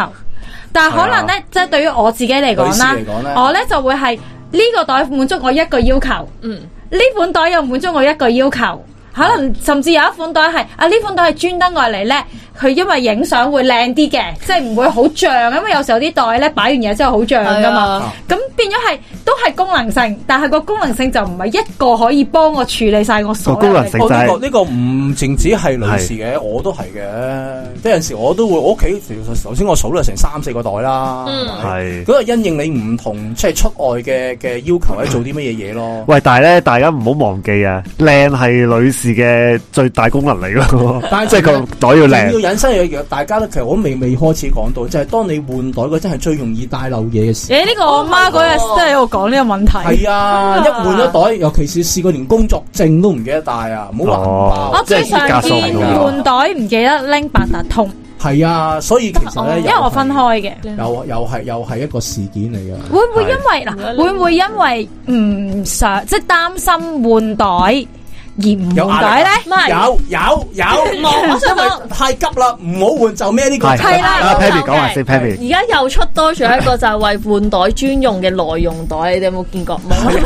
Speaker 3: 但係可能咧，即係對於我自己嚟講啦
Speaker 2: 女士嚟講咧，
Speaker 3: 我咧就會係呢個袋滿足我一個要求。
Speaker 4: 嗯，
Speaker 3: 呢款袋又滿足我一個要求，可能甚至有一款袋係啊呢款袋係專登愛嚟呢，佢因為影相會靚啲嘅，即係唔會好脹，因為有時候啲袋呢擺完嘢之後好脹噶嘛。
Speaker 4: 嘛，
Speaker 3: 咁變咗係都係功能性，但係個功能性就唔係一個可以幫我處理晒我所有
Speaker 1: 個功能性
Speaker 3: 嘅
Speaker 2: 我哦呢
Speaker 1: 就
Speaker 2: 個
Speaker 1: 係
Speaker 2: 呢個唔淨止係女士嘅，我都係嘅。即係有陣時我都會，我屋企頭先我數咗成三四個袋啦。
Speaker 4: 嗯
Speaker 2: 係咪
Speaker 1: 係
Speaker 2: 嗰。個因應你唔同即係出外嘅嘅要求，或者做啲乜嘢嘢咯。
Speaker 1: 喂，但系咧，大家唔好忘記啊，靚係女士嘅最大功能嚟噶，
Speaker 2: 但係
Speaker 1: 即係個袋要
Speaker 2: 仲
Speaker 1: 靚，
Speaker 2: 要引申嘅，大家咧其實我未未開始講到，就係、當你換袋嗰陣係最容易帶漏嘢嘅
Speaker 3: <laughs>
Speaker 2: 時。
Speaker 3: 誒呢個我媽嗰日真係喺度講呢個問題。
Speaker 2: 係啊，
Speaker 3: 啊
Speaker 2: 一換咗袋，尤其是試過連工作證都唔記得帶啊，唔好話唔包。
Speaker 1: 哦
Speaker 3: 我最常
Speaker 1: 即係
Speaker 3: 見
Speaker 1: 啲
Speaker 2: 架數
Speaker 3: 換袋唔記得拎八達通，
Speaker 2: 係啊，所以其實咧，
Speaker 3: 哦
Speaker 4: 因
Speaker 3: 因為我分開嘅。
Speaker 2: 又又係又係一個事件嚟嘅。
Speaker 3: 會唔會因為
Speaker 4: 係
Speaker 3: 嗱？會唔會因為唔想即係擔心換袋而唔換袋咧？
Speaker 4: 唔係
Speaker 2: 啊有有有，
Speaker 4: 冇我想
Speaker 2: 因為
Speaker 4: 講
Speaker 2: 太急啦，唔好換就孭呢個。
Speaker 1: 係
Speaker 3: 係啦
Speaker 1: 阿
Speaker 4: 都
Speaker 1: Pammy
Speaker 4: 有
Speaker 1: 講下先
Speaker 4: 嘅
Speaker 1: ，Pammy
Speaker 4: 而家又出多咗一個就係為換袋專用嘅耐用袋，你哋有冇見
Speaker 3: <laughs>
Speaker 4: 過？冇，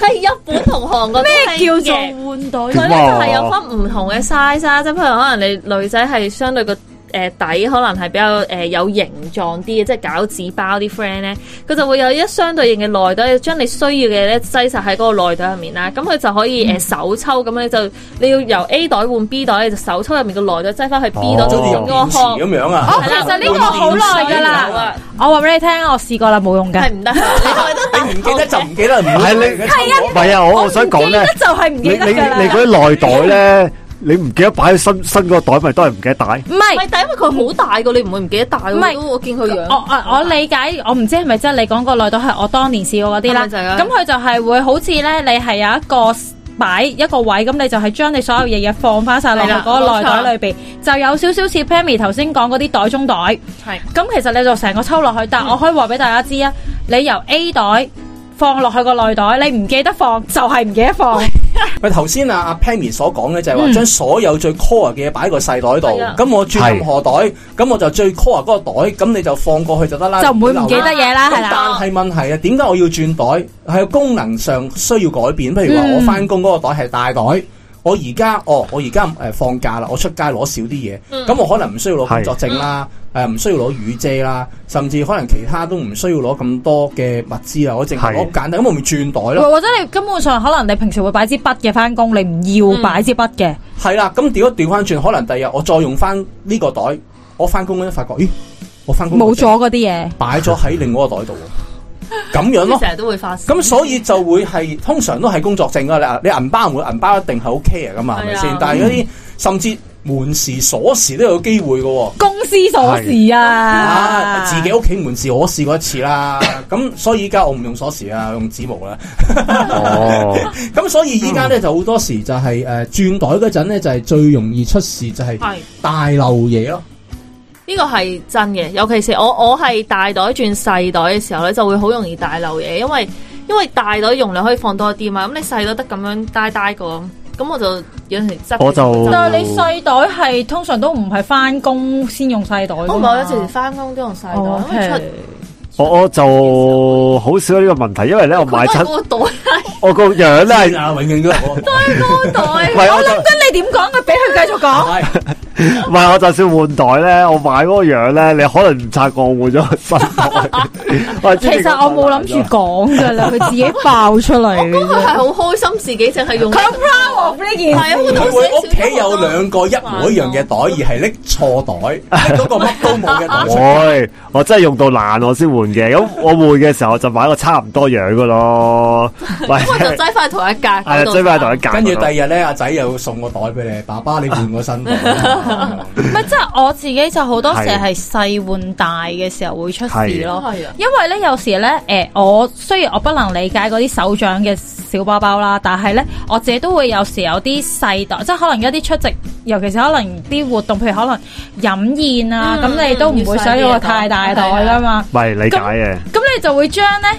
Speaker 4: 係日本同韓國
Speaker 3: 咩叫做
Speaker 4: 換
Speaker 3: 換
Speaker 2: 啊
Speaker 3: 袋？
Speaker 4: 佢咧就係有分唔同嘅 size 啦，即係譬如可能你女仔係相對個誒、呃底可能係比較誒、呃有形狀啲嘅，即係餃子包啲 friend 咧，佢就會有一相對應嘅內袋，將你需要嘅咧擠晒喺嗰個內袋入面
Speaker 2: 嗯
Speaker 4: 啦。咁佢就可以誒、呃手抽咁樣，就你要由 A 袋換 B 袋，你就手抽入面個內袋擠翻去 B 袋，
Speaker 1: 哦
Speaker 2: 好似用
Speaker 4: 個
Speaker 2: 電池
Speaker 4: 殼
Speaker 2: 咁樣啊。
Speaker 3: 哦，其實呢個好耐㗎啦。我話俾你聽，我試過啦，冇用
Speaker 4: 係
Speaker 3: 㗎。
Speaker 4: 唔得，你
Speaker 2: 唔記得就唔記得，唔好
Speaker 1: 係你
Speaker 2: 嚟
Speaker 1: 係
Speaker 2: 嘅錯
Speaker 1: 唔係啊，我我想講咧
Speaker 3: 唔，記得就係唔
Speaker 1: 你你
Speaker 3: 記
Speaker 1: 你
Speaker 3: 得㗎
Speaker 1: 你
Speaker 3: 啦。
Speaker 1: 嗰啲內袋咧，你唔記得擺喺身身嗰個袋，咪都係唔記得帶。
Speaker 3: 唔
Speaker 4: 喂，
Speaker 3: 係。
Speaker 4: 但因為佢好大個，你唔會唔記得帶喎。
Speaker 3: 唔係
Speaker 4: 都我見佢樣。
Speaker 3: 我哦啊我我理解，我唔知係咪真係你講個內袋係我當年試過嗰啲啦。
Speaker 4: 係咪就係啊
Speaker 3: 咁佢就係會好似咧，你係有一個擺一個位，咁你就係將你所有嘢嘢放翻晒落去
Speaker 4: 係啦
Speaker 3: 嗰個內袋裏邊，就有少少似 Pammy 頭先講嗰啲袋中袋。
Speaker 4: 係嗯
Speaker 3: 咁其實你就成個抽落去，但我可以話俾大家知啊，你由 A 袋放落去個內袋，你唔記得放就係唔記得放，
Speaker 2: 喂，頭先啊阿 Pammy 所講嘅就係話
Speaker 3: 嗯
Speaker 2: 將所有最 core 嘅嘢擺喺個細袋度
Speaker 4: 係啊，
Speaker 2: 咁我轉任何袋，咁我就最 core 嗰個袋，咁你就放過去就得啦，
Speaker 3: 就唔會唔記得嘢啦，
Speaker 2: 咁
Speaker 3: 係
Speaker 2: 但
Speaker 3: 啦。
Speaker 2: 係問題啊，點解我要轉袋？係功能上需要改變。譬如話，
Speaker 3: 嗯
Speaker 2: 我翻工嗰個袋係大袋，我而家哦，我而家誒放假啦，我出街攞少啲嘢，咁、
Speaker 4: 嗯
Speaker 2: 我可能唔需要攞工作證啦，
Speaker 3: 嗯
Speaker 2: 誒唔、需要攞雨遮啦，甚至可能其他都唔需要攞咁多嘅物資啦，我淨係
Speaker 1: 係
Speaker 2: 攞簡單，咁我咪轉袋咯。
Speaker 3: 或或者你根本上可能你平時會擺支筆嘅翻工，你
Speaker 4: 嗯
Speaker 3: 唔要擺支筆嘅，
Speaker 2: 係啦，咁調一調翻轉，可能第日我再用翻呢個袋，我翻工嗰陣發覺，咦，我翻工
Speaker 3: 冇咗嗰啲嘢。
Speaker 2: 擺咗喺另外一個袋度喎，咁樣 <laughs> 咯
Speaker 4: 佢。成日都會發生。
Speaker 2: 咁所以就會係通常都係工作證啦，你你銀包唔會銀包一定係 OK 嘅嘛，係咪
Speaker 4: 係
Speaker 2: 先
Speaker 4: 啊？
Speaker 2: 但係嗰
Speaker 3: 嗯
Speaker 2: 啲甚至門匙、鎖匙都有機會嘅喎。
Speaker 3: 公司鎖匙
Speaker 2: 啊！
Speaker 3: 啊，
Speaker 2: 自己屋企門匙我試過一次啦，咁所以依家我唔用鎖匙啊，用指模啦。
Speaker 1: 哦，
Speaker 2: 咁所以依家
Speaker 3: 嗯
Speaker 2: 咧就好多時就係、誒、轉袋嗰陣咧就係、最容易出事就係、
Speaker 4: 係。
Speaker 2: 大漏嘢咯。
Speaker 4: 呢個係真嘅，尤其是我我係大袋轉細袋嘅時候咧，就會好容易大漏嘢，因為因為大袋容量可以放多啲嘛，咁你細袋得咁樣呆呆個，咁我就有陣時執。
Speaker 1: 我就
Speaker 3: 但係你細袋係通常都唔係翻工先用細袋㗎嘛。
Speaker 4: 哦我唔係，我有陣時翻工都用細袋，因為出
Speaker 1: 我我就好少呢個問題，因為咧我買
Speaker 4: 佢
Speaker 1: 親
Speaker 4: 都係嗰個袋，
Speaker 1: 我個樣咧係。
Speaker 2: 啊，永遠都係嗰個。
Speaker 4: 嗰個袋，
Speaker 1: 唔係我就
Speaker 3: 你點講？啊佢俾佢繼續講。
Speaker 2: 係
Speaker 1: 唔係我就算換袋咧，我買嗰個樣咧，你可能唔察覺我換 <laughs> 咗個新袋。我係
Speaker 3: 其
Speaker 1: 知你
Speaker 3: 實我冇諗住講㗎啦，佢自己爆出嚟嘅
Speaker 4: <laughs> 佢
Speaker 3: 啫。
Speaker 4: 係好開心自己淨係用。
Speaker 3: 好 proud of 呢件
Speaker 4: 係啊，我都好
Speaker 2: 會唔
Speaker 4: 少
Speaker 2: 會屋企有兩個一模一樣嘅袋，而係拎錯袋，拎嗰個乜都冇嘅袋出嚟？
Speaker 1: 喂，我真係用到爛我先換嘅，咁我換嘅時候就買個差唔多樣嘅咯。喂，
Speaker 4: 我就
Speaker 1: 係
Speaker 4: 擠翻同一格
Speaker 1: 啊，
Speaker 4: 嗰度。
Speaker 1: 追翻同一格。
Speaker 2: 跟住第二日咧，阿仔又送個袋俾你，爸爸你換個新袋。 <laughs>
Speaker 3: 唔係，即係我自己就好多時係細換大嘅時候會出事咯。
Speaker 4: 係啊，
Speaker 3: 因為咧有時咧，誒、我雖然我不能理解嗰啲手掌嘅小包包啦，但係咧我自己都會有時有啲細袋，即係可能一啲出席，尤其是可能啲活動，譬如可能飲宴啊，
Speaker 4: 嗯
Speaker 3: 咁、你都唔會想要個太大袋噶嘛，
Speaker 1: 唔係理解嘅，
Speaker 4: 啊
Speaker 3: 咁你就會將咧。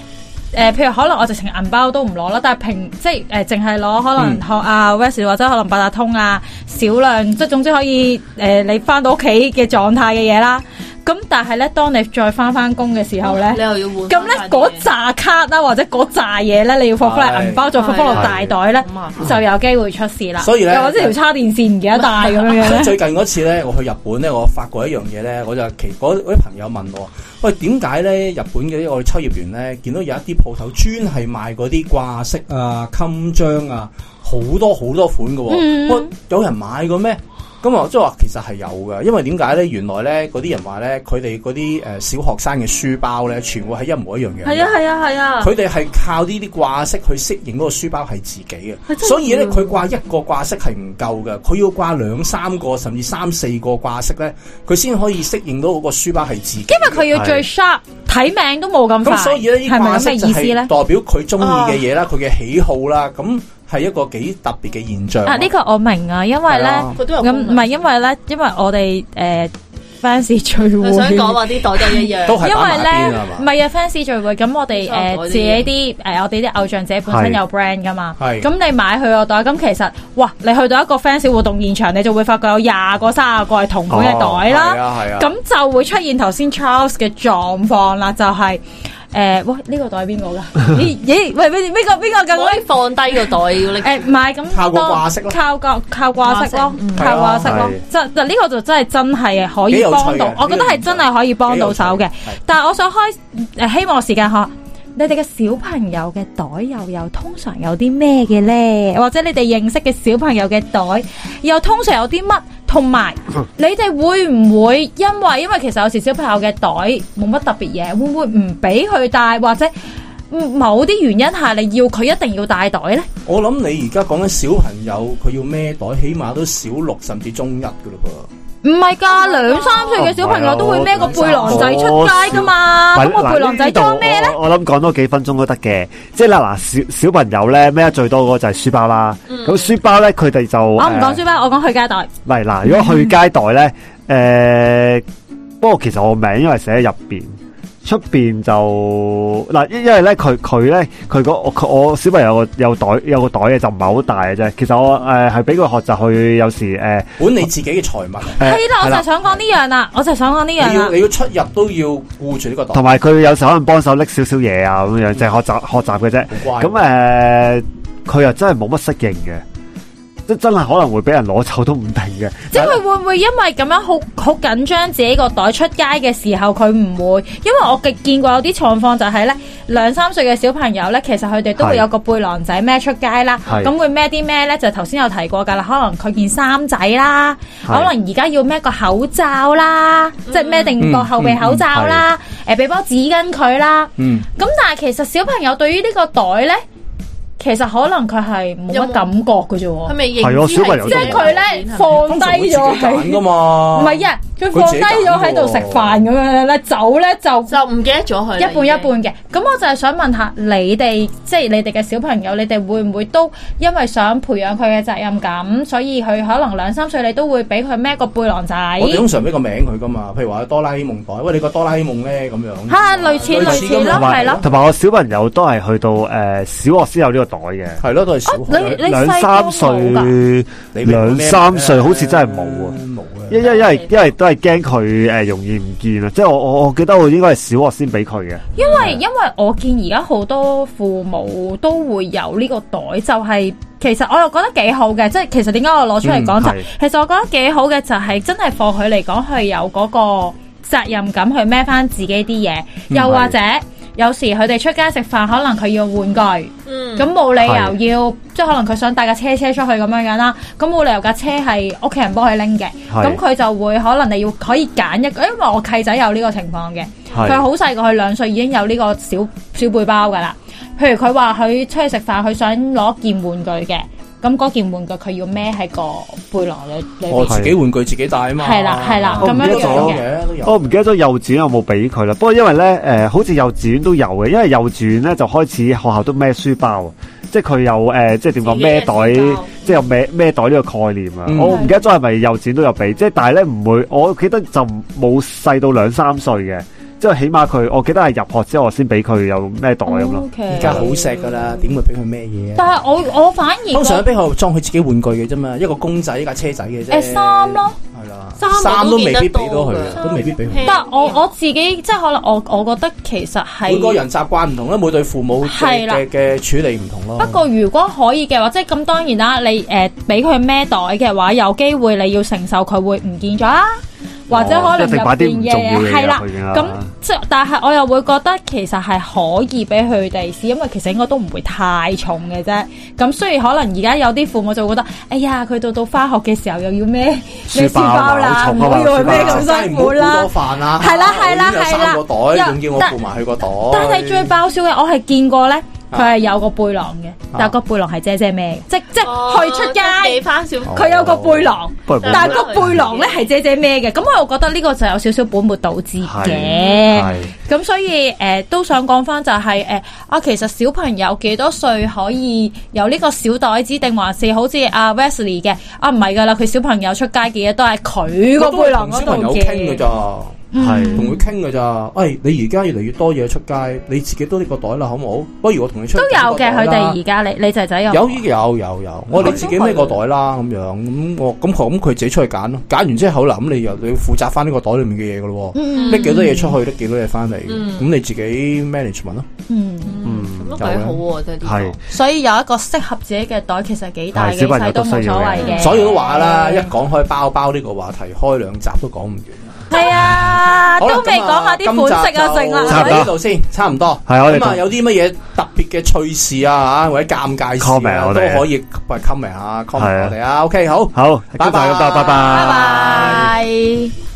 Speaker 3: 誒、譬如可能我直情銀包都唔攞啦，但係平即係誒，淨係攞可能
Speaker 2: 嗯
Speaker 3: 學啊 West 或者可能八達通啊，少量即係總之可以誒、你翻到屋企嘅狀態嘅嘢啦。咁但係咧，當你再翻翻工嘅時候咧，
Speaker 4: 哦你又要換
Speaker 3: 咁咧嗰扎卡啦，或者嗰扎嘢咧，你要放翻嚟銀包，再放翻落大袋咧
Speaker 4: 係好麻，
Speaker 3: 就有機會出事啦。
Speaker 2: 所以呢
Speaker 3: 又或者條叉電線唔記得帶咁樣樣咧，
Speaker 2: <laughs> 最近嗰次咧，我去日本咧，我發覺一樣嘢咧，我就其嗰嗰啲朋友問我，喂，點解咧日本嘅啲我哋秋葉原咧，見到有一啲鋪頭專係賣嗰啲掛飾啊、襟章啊，好多好多款嘅、喎。
Speaker 3: 嗯
Speaker 2: 喂有人買嘅咩？咁啊，即係話其實係有嘅，因為點解咧？原來咧嗰啲人話咧，佢哋嗰啲誒小學生嘅書包咧，全部係一模一樣樣嘅。
Speaker 4: 係啊係啊係啊，
Speaker 2: 佢哋係靠呢啲掛飾去適應嗰個書包係自己嘅，
Speaker 4: 真係
Speaker 2: 所以咧
Speaker 4: 要
Speaker 2: 佢掛一個掛飾係唔夠嘅，佢要掛兩三個甚至三四個掛飾咧，佢先可以適應到嗰個書包係自己。
Speaker 3: 因為佢要最 sharp，睇命都冇咁快。
Speaker 2: 咁所以咧，呢啲
Speaker 3: 係咪
Speaker 2: 掛
Speaker 3: 咁嘅
Speaker 2: 飾就
Speaker 3: 意思
Speaker 2: 係
Speaker 3: 咧
Speaker 2: 代？表佢中意嘅嘢啦，佢嘅喜好啦，咁係一個幾特別嘅現象。
Speaker 3: 啊，呢、個我明啊，因為
Speaker 2: 係
Speaker 3: 咧，
Speaker 2: 啊
Speaker 4: 佢都有
Speaker 3: 咁唔係因為咧，因為我哋誒 fans 聚會
Speaker 4: 我。想講話啲袋都一樣，
Speaker 2: 都係
Speaker 3: 因
Speaker 2: 擺埋
Speaker 3: 為
Speaker 2: 一邊
Speaker 3: 咧
Speaker 2: 啊，
Speaker 3: 唔
Speaker 2: 嘛。
Speaker 3: 係啊 fans 聚會，咁我哋誒、
Speaker 4: 收嗰啲嘢
Speaker 3: 自己啲誒、呃我哋啲偶像自己本身
Speaker 1: 係
Speaker 3: 有 brand 噶嘛，
Speaker 2: 係
Speaker 3: 咁你買佢個袋，咁其實哇，你去到一個 fans 活動現場，你就會發覺有廿個、三十個係同款嘅袋
Speaker 2: 哦係
Speaker 3: 啦，
Speaker 2: 啊係啊
Speaker 3: 咁、就會出現頭先 Charles 嘅狀況啦，就係、誒、喂，呢、個袋邊個
Speaker 2: <laughs>
Speaker 3: 㗎？咦咦，喂，邊邊個邊個
Speaker 4: 可以
Speaker 3: 更？
Speaker 4: 放低個袋要拎。
Speaker 3: 誒唔係咁
Speaker 2: 靠個
Speaker 3: 多
Speaker 2: 掛飾咯啊
Speaker 3: 靠個靠掛飾咯
Speaker 4: 掛飾嗯，
Speaker 3: 靠掛飾咯
Speaker 1: 係，
Speaker 3: 就就呢個就真係真係可
Speaker 2: 幾
Speaker 3: 以
Speaker 2: 有趣
Speaker 3: 幫到
Speaker 2: 嘅，
Speaker 3: 我覺得
Speaker 2: 呢個
Speaker 3: 係真係可以幫到手嘅
Speaker 2: 幾有趣係。啊
Speaker 3: 但係我想開誒，希望時間學。你哋嘅小朋友嘅袋又有通常有啲咩嘅咧？或者你哋認識嘅小朋友嘅袋又通常有啲乜？同埋你哋會唔會因為因為其實有時小朋友嘅袋冇乜特別嘢，會唔會唔俾佢帶，或者某啲原因下你要佢一定要帶袋咧？
Speaker 2: 我諗你而家講緊小朋友，佢要孭袋，起碼都小六甚至中一噶嘞噃。
Speaker 3: 唔係㗎，兩三歲嘅小朋友都會孭個背囊仔出街㗎
Speaker 1: 唔
Speaker 3: 嘛，
Speaker 1: 係
Speaker 3: 啊咁個
Speaker 1: 嗱
Speaker 3: 背囊仔
Speaker 1: 呢度
Speaker 3: 裝咩咧？
Speaker 1: 我我諗講多幾分鐘都得嘅，即係嗱嗱小小朋友咧孭得最多嗰個就係書包啦。咁書包咧佢哋就
Speaker 3: 我嗯啊唔
Speaker 1: 誒
Speaker 3: 講書包，我講去街袋。
Speaker 1: 唔係嗱，如果去街袋咧，誒、不過其實我名因為寫喺入邊，出邊就嗱，因因為咧佢佢咧佢個我佢我小朋友有個有袋有個袋嘅就唔係好大嘅啫。其實我誒係俾佢學習去有時誒
Speaker 2: 管理自己嘅財物啊，
Speaker 1: 誒
Speaker 3: 係啦，我就係想講呢樣
Speaker 1: 哎
Speaker 3: 啦，我就係想講呢
Speaker 2: 你
Speaker 3: 樣
Speaker 2: 要
Speaker 3: 啦。
Speaker 2: 你要出入都要顧住呢個袋
Speaker 1: 同。埋佢有時可能幫手拎少少嘢啊咁樣，就係學習學習嘅啫。
Speaker 2: 嗯好乖
Speaker 1: 咁誒，呃佢、又真係冇乜適應嘅，即真係可能會俾人攞走都唔定嘅。
Speaker 3: 即係佢會唔會因為咁樣好好緊張自己個袋出街嘅時候，佢唔會？因為我嘅見過有啲狀況就係咧，兩三歲嘅小朋友咧，其實佢哋都
Speaker 1: 係
Speaker 3: 會有個背囊仔孭出街啦。
Speaker 1: 係
Speaker 3: 咁會孭啲咩咧？就頭先有提過㗎啦，可能佢件衫仔啦，可
Speaker 1: 係嗯
Speaker 3: 能而家要孭個口罩啦，即係孭定個後備口罩啦，誒俾包紙巾佢啦。
Speaker 2: 嗯，
Speaker 3: 咁但係其實小朋友對於呢個袋咧，其實可能佢係冇
Speaker 4: 有
Speaker 3: 乜
Speaker 4: 冇
Speaker 3: 感覺嘅啫喎
Speaker 4: 佢。咪認
Speaker 1: 係啊
Speaker 4: 知
Speaker 1: 小朋友
Speaker 3: 即係佢咧放
Speaker 2: 通常會
Speaker 3: 低
Speaker 2: 自己
Speaker 3: 咗喺
Speaker 2: 揀噶嘛。
Speaker 3: 唔係啊，佢放低咗喺度食飯咁樣咧，走咧就
Speaker 4: 就唔記得咗佢啦
Speaker 3: 一半一半嘅。咁我就係想問下你哋，即係你哋嘅小朋友，你哋會唔會都因為想培養佢嘅責任感，所以佢可能兩三歲你都會俾佢孭個背囊仔？
Speaker 2: 我哋通常俾個名佢噶嘛，譬如話哆啦 A 夢袋，喂你個哆啦 A 夢咧咁樣。
Speaker 3: 嚇，類似
Speaker 2: 類
Speaker 3: 類
Speaker 2: 似
Speaker 3: 似
Speaker 2: 咁
Speaker 3: 咯，
Speaker 1: 同埋
Speaker 3: 係咯。
Speaker 1: 同埋我小朋友都係去到誒、呃小學先有呢個袋嘅。
Speaker 2: 係咯，都係小
Speaker 3: 哦你
Speaker 2: 學。
Speaker 3: 你
Speaker 1: 兩
Speaker 3: 細
Speaker 1: 三
Speaker 3: 個冇㗎？
Speaker 1: 歲，
Speaker 2: 你明白咩
Speaker 1: 兩三歲好似真係冇啊！
Speaker 2: 冇啊，
Speaker 1: 因因因為因為都係係驚佢誒容易唔見啊！即係我我我記得我應該係小學先俾佢嘅，
Speaker 3: 因為因為我見而家好多父母都會有呢個袋，就係、其實我又覺得幾好嘅，即係其實點解我攞出嚟講
Speaker 1: 嗯
Speaker 3: 就
Speaker 1: 係
Speaker 3: 其實我覺得幾好嘅就係真係放佢嚟講，佢有嗰個責任感去孭翻自己啲嘢，又或者。有時佢哋出街食飯，可能佢要玩具，
Speaker 4: 嗯
Speaker 3: 咁冇、理由要，即係可能佢想帶架車車出去咁樣樣啦，咁冇理由架車係屋企人幫佢拎嘅，
Speaker 1: 係
Speaker 3: 咁佢就會可能你要可以揀一個，因為我契仔有呢個情況嘅，佢
Speaker 1: 係
Speaker 3: 好細個，佢兩歲已經有呢個小小背包噶啦。譬如佢話佢出去食飯，佢想攞件玩具嘅，咁嗰件玩具佢要孭喺個背囊裏裏
Speaker 2: 我
Speaker 3: 邊。
Speaker 2: 自己玩具自己帶啊嘛，
Speaker 3: 係啦係啦
Speaker 2: 我
Speaker 1: 咁樣
Speaker 2: 都有
Speaker 1: 樣
Speaker 2: 嘅都
Speaker 1: 我
Speaker 2: 有。
Speaker 1: 唔記得咗幼稚園有冇俾佢啦。不過因為咧誒、呃好似幼稚園都有嘅，因為幼稚園咧就開始學校都孭書包啊，即係佢有誒、呃即係點講
Speaker 4: 自己
Speaker 1: 孭
Speaker 4: 嘅書
Speaker 1: 袋
Speaker 4: 包，
Speaker 1: 即係有孭孭袋呢個概念啊。
Speaker 2: 嗯
Speaker 1: 我唔記得咗係咪幼稚園都有俾，即係但係咧唔會，我記得就冇細到兩三歲嘅，即係起碼佢我記得係入學之後我先俾佢有孭袋咁咯。
Speaker 3: OK
Speaker 2: 而家好錫噶啦，點會俾佢咩嘢
Speaker 3: 但
Speaker 2: 啊？
Speaker 3: 係我我反而覺
Speaker 2: 通常
Speaker 3: 得
Speaker 2: 俾佢裝佢自己玩具嘅啫嘛，一個公仔一架車仔嘅啫。
Speaker 3: 誒衫咯，
Speaker 2: 係啦，
Speaker 3: 衫
Speaker 2: 衫都
Speaker 4: 都
Speaker 2: 未
Speaker 4: 見
Speaker 2: 必
Speaker 4: 得
Speaker 2: 俾
Speaker 4: 到
Speaker 2: 到佢
Speaker 4: 㗎
Speaker 2: 啊，都未必俾佢。
Speaker 3: 但係我我自己即係可能我我覺得其實係
Speaker 2: 每個人習慣唔同啦，每對父母嘅
Speaker 3: 係啦
Speaker 2: 嘅嘅處理唔同咯。
Speaker 3: 不過如果可以嘅話，即係咁當然啦，你誒俾佢孭袋嘅話，有機會你要承受佢會唔見咗啦，或者可能
Speaker 1: 哦即係
Speaker 3: 入
Speaker 1: 擺啲唔
Speaker 3: 邊嘅
Speaker 1: 重要嘅
Speaker 3: 嘢
Speaker 1: 嘢
Speaker 3: 係啦
Speaker 1: 入去㗎。
Speaker 3: 咁即係，但係我又會覺得其實係可以俾佢哋試，因為其實應該都唔會太重嘅啫。咁雖然可能而家有啲父母就會覺得，哎呀，佢到到翻學嘅時候又要孭孭
Speaker 1: 書
Speaker 3: 書
Speaker 1: 包啊
Speaker 3: 包啦，
Speaker 1: 好
Speaker 3: 唔
Speaker 1: 重啊
Speaker 3: 好要佢
Speaker 1: 咩
Speaker 3: 孭咁辛苦啦
Speaker 2: 真係唔好估。多飯啊！
Speaker 3: 係啦
Speaker 2: 我
Speaker 3: 係啦
Speaker 2: 已經有
Speaker 3: 係啦
Speaker 2: 三個袋，仲要
Speaker 3: 又
Speaker 2: 我顧埋佢個袋。
Speaker 3: 但係最爆笑嘅，我係見過咧，佢係有個背囊嘅，
Speaker 2: 啊
Speaker 3: 但係個背囊係姐姐孭嘅，即即
Speaker 4: 哦
Speaker 3: 去出街。
Speaker 4: 即係俾翻少
Speaker 2: 哦
Speaker 3: 佢有個背囊，
Speaker 1: 不如
Speaker 3: 但係個背囊咧係姐姐孭嘅，咁我又覺得呢個就有少少本末倒置嘅。
Speaker 1: 係
Speaker 3: 咁所以誒、呃都想講翻就係、呃啊，其實小朋友幾多歲可以有呢個小袋子，定還是好似阿 Wesley 嘅啊唔係㗎啦，佢小朋友出街嘅嘢都係佢個背囊嗰
Speaker 2: 我都啊係同小朋
Speaker 3: 度
Speaker 2: 友傾㗎
Speaker 3: 嘅。
Speaker 2: 咋。
Speaker 1: 係
Speaker 2: 同佢傾㗎咋？哎，你而家越嚟越多嘢出街，你自己都呢個袋啦，好唔好？不如我同你出
Speaker 3: 都有嘅，佢哋而
Speaker 2: 而
Speaker 3: 家你你仔仔有
Speaker 2: 有有有有，我哋自己孭個袋啦，咁樣咁我咁佢咁佢自己出去揀咯，揀完之後好啦，咁你又你要負責翻呢個袋裡面嘅嘢噶咯喎，
Speaker 3: 嗯
Speaker 2: 拎幾多嘢出去，拎幾多嘢翻嚟，
Speaker 4: 嗯
Speaker 2: 咁你自己 management 咯。
Speaker 3: 嗯，
Speaker 4: 咁都幾好喎，真係
Speaker 1: 係
Speaker 4: 呢
Speaker 3: 所以有一個適合自己嘅袋其實幾大
Speaker 1: 係
Speaker 3: 嘅，
Speaker 1: 小朋友
Speaker 3: 細都
Speaker 1: 都
Speaker 3: 冇
Speaker 1: 需
Speaker 3: 所
Speaker 1: 要嘅
Speaker 3: 謂嘅。
Speaker 2: 所以都話啦，一講開包包呢個話題，開兩集都講唔完。
Speaker 3: 係啊，都未講下啲款式啊，剩
Speaker 2: 啦，
Speaker 1: 差
Speaker 3: 啊
Speaker 1: 唔多
Speaker 2: 今集就呢度先，差唔多。
Speaker 1: 係我哋
Speaker 2: 咁啊，
Speaker 1: 就
Speaker 2: 有啲乜嘢特別嘅趣事啊，或者尷尬事
Speaker 1: Comment
Speaker 2: 啊，
Speaker 1: 我
Speaker 2: 都
Speaker 1: 哋啊
Speaker 2: 可以喂 comment
Speaker 1: 係
Speaker 2: 下
Speaker 1: 啊
Speaker 2: comment 我哋啊。OK，好。
Speaker 1: 好，今集咁多，拜拜
Speaker 3: 拜拜。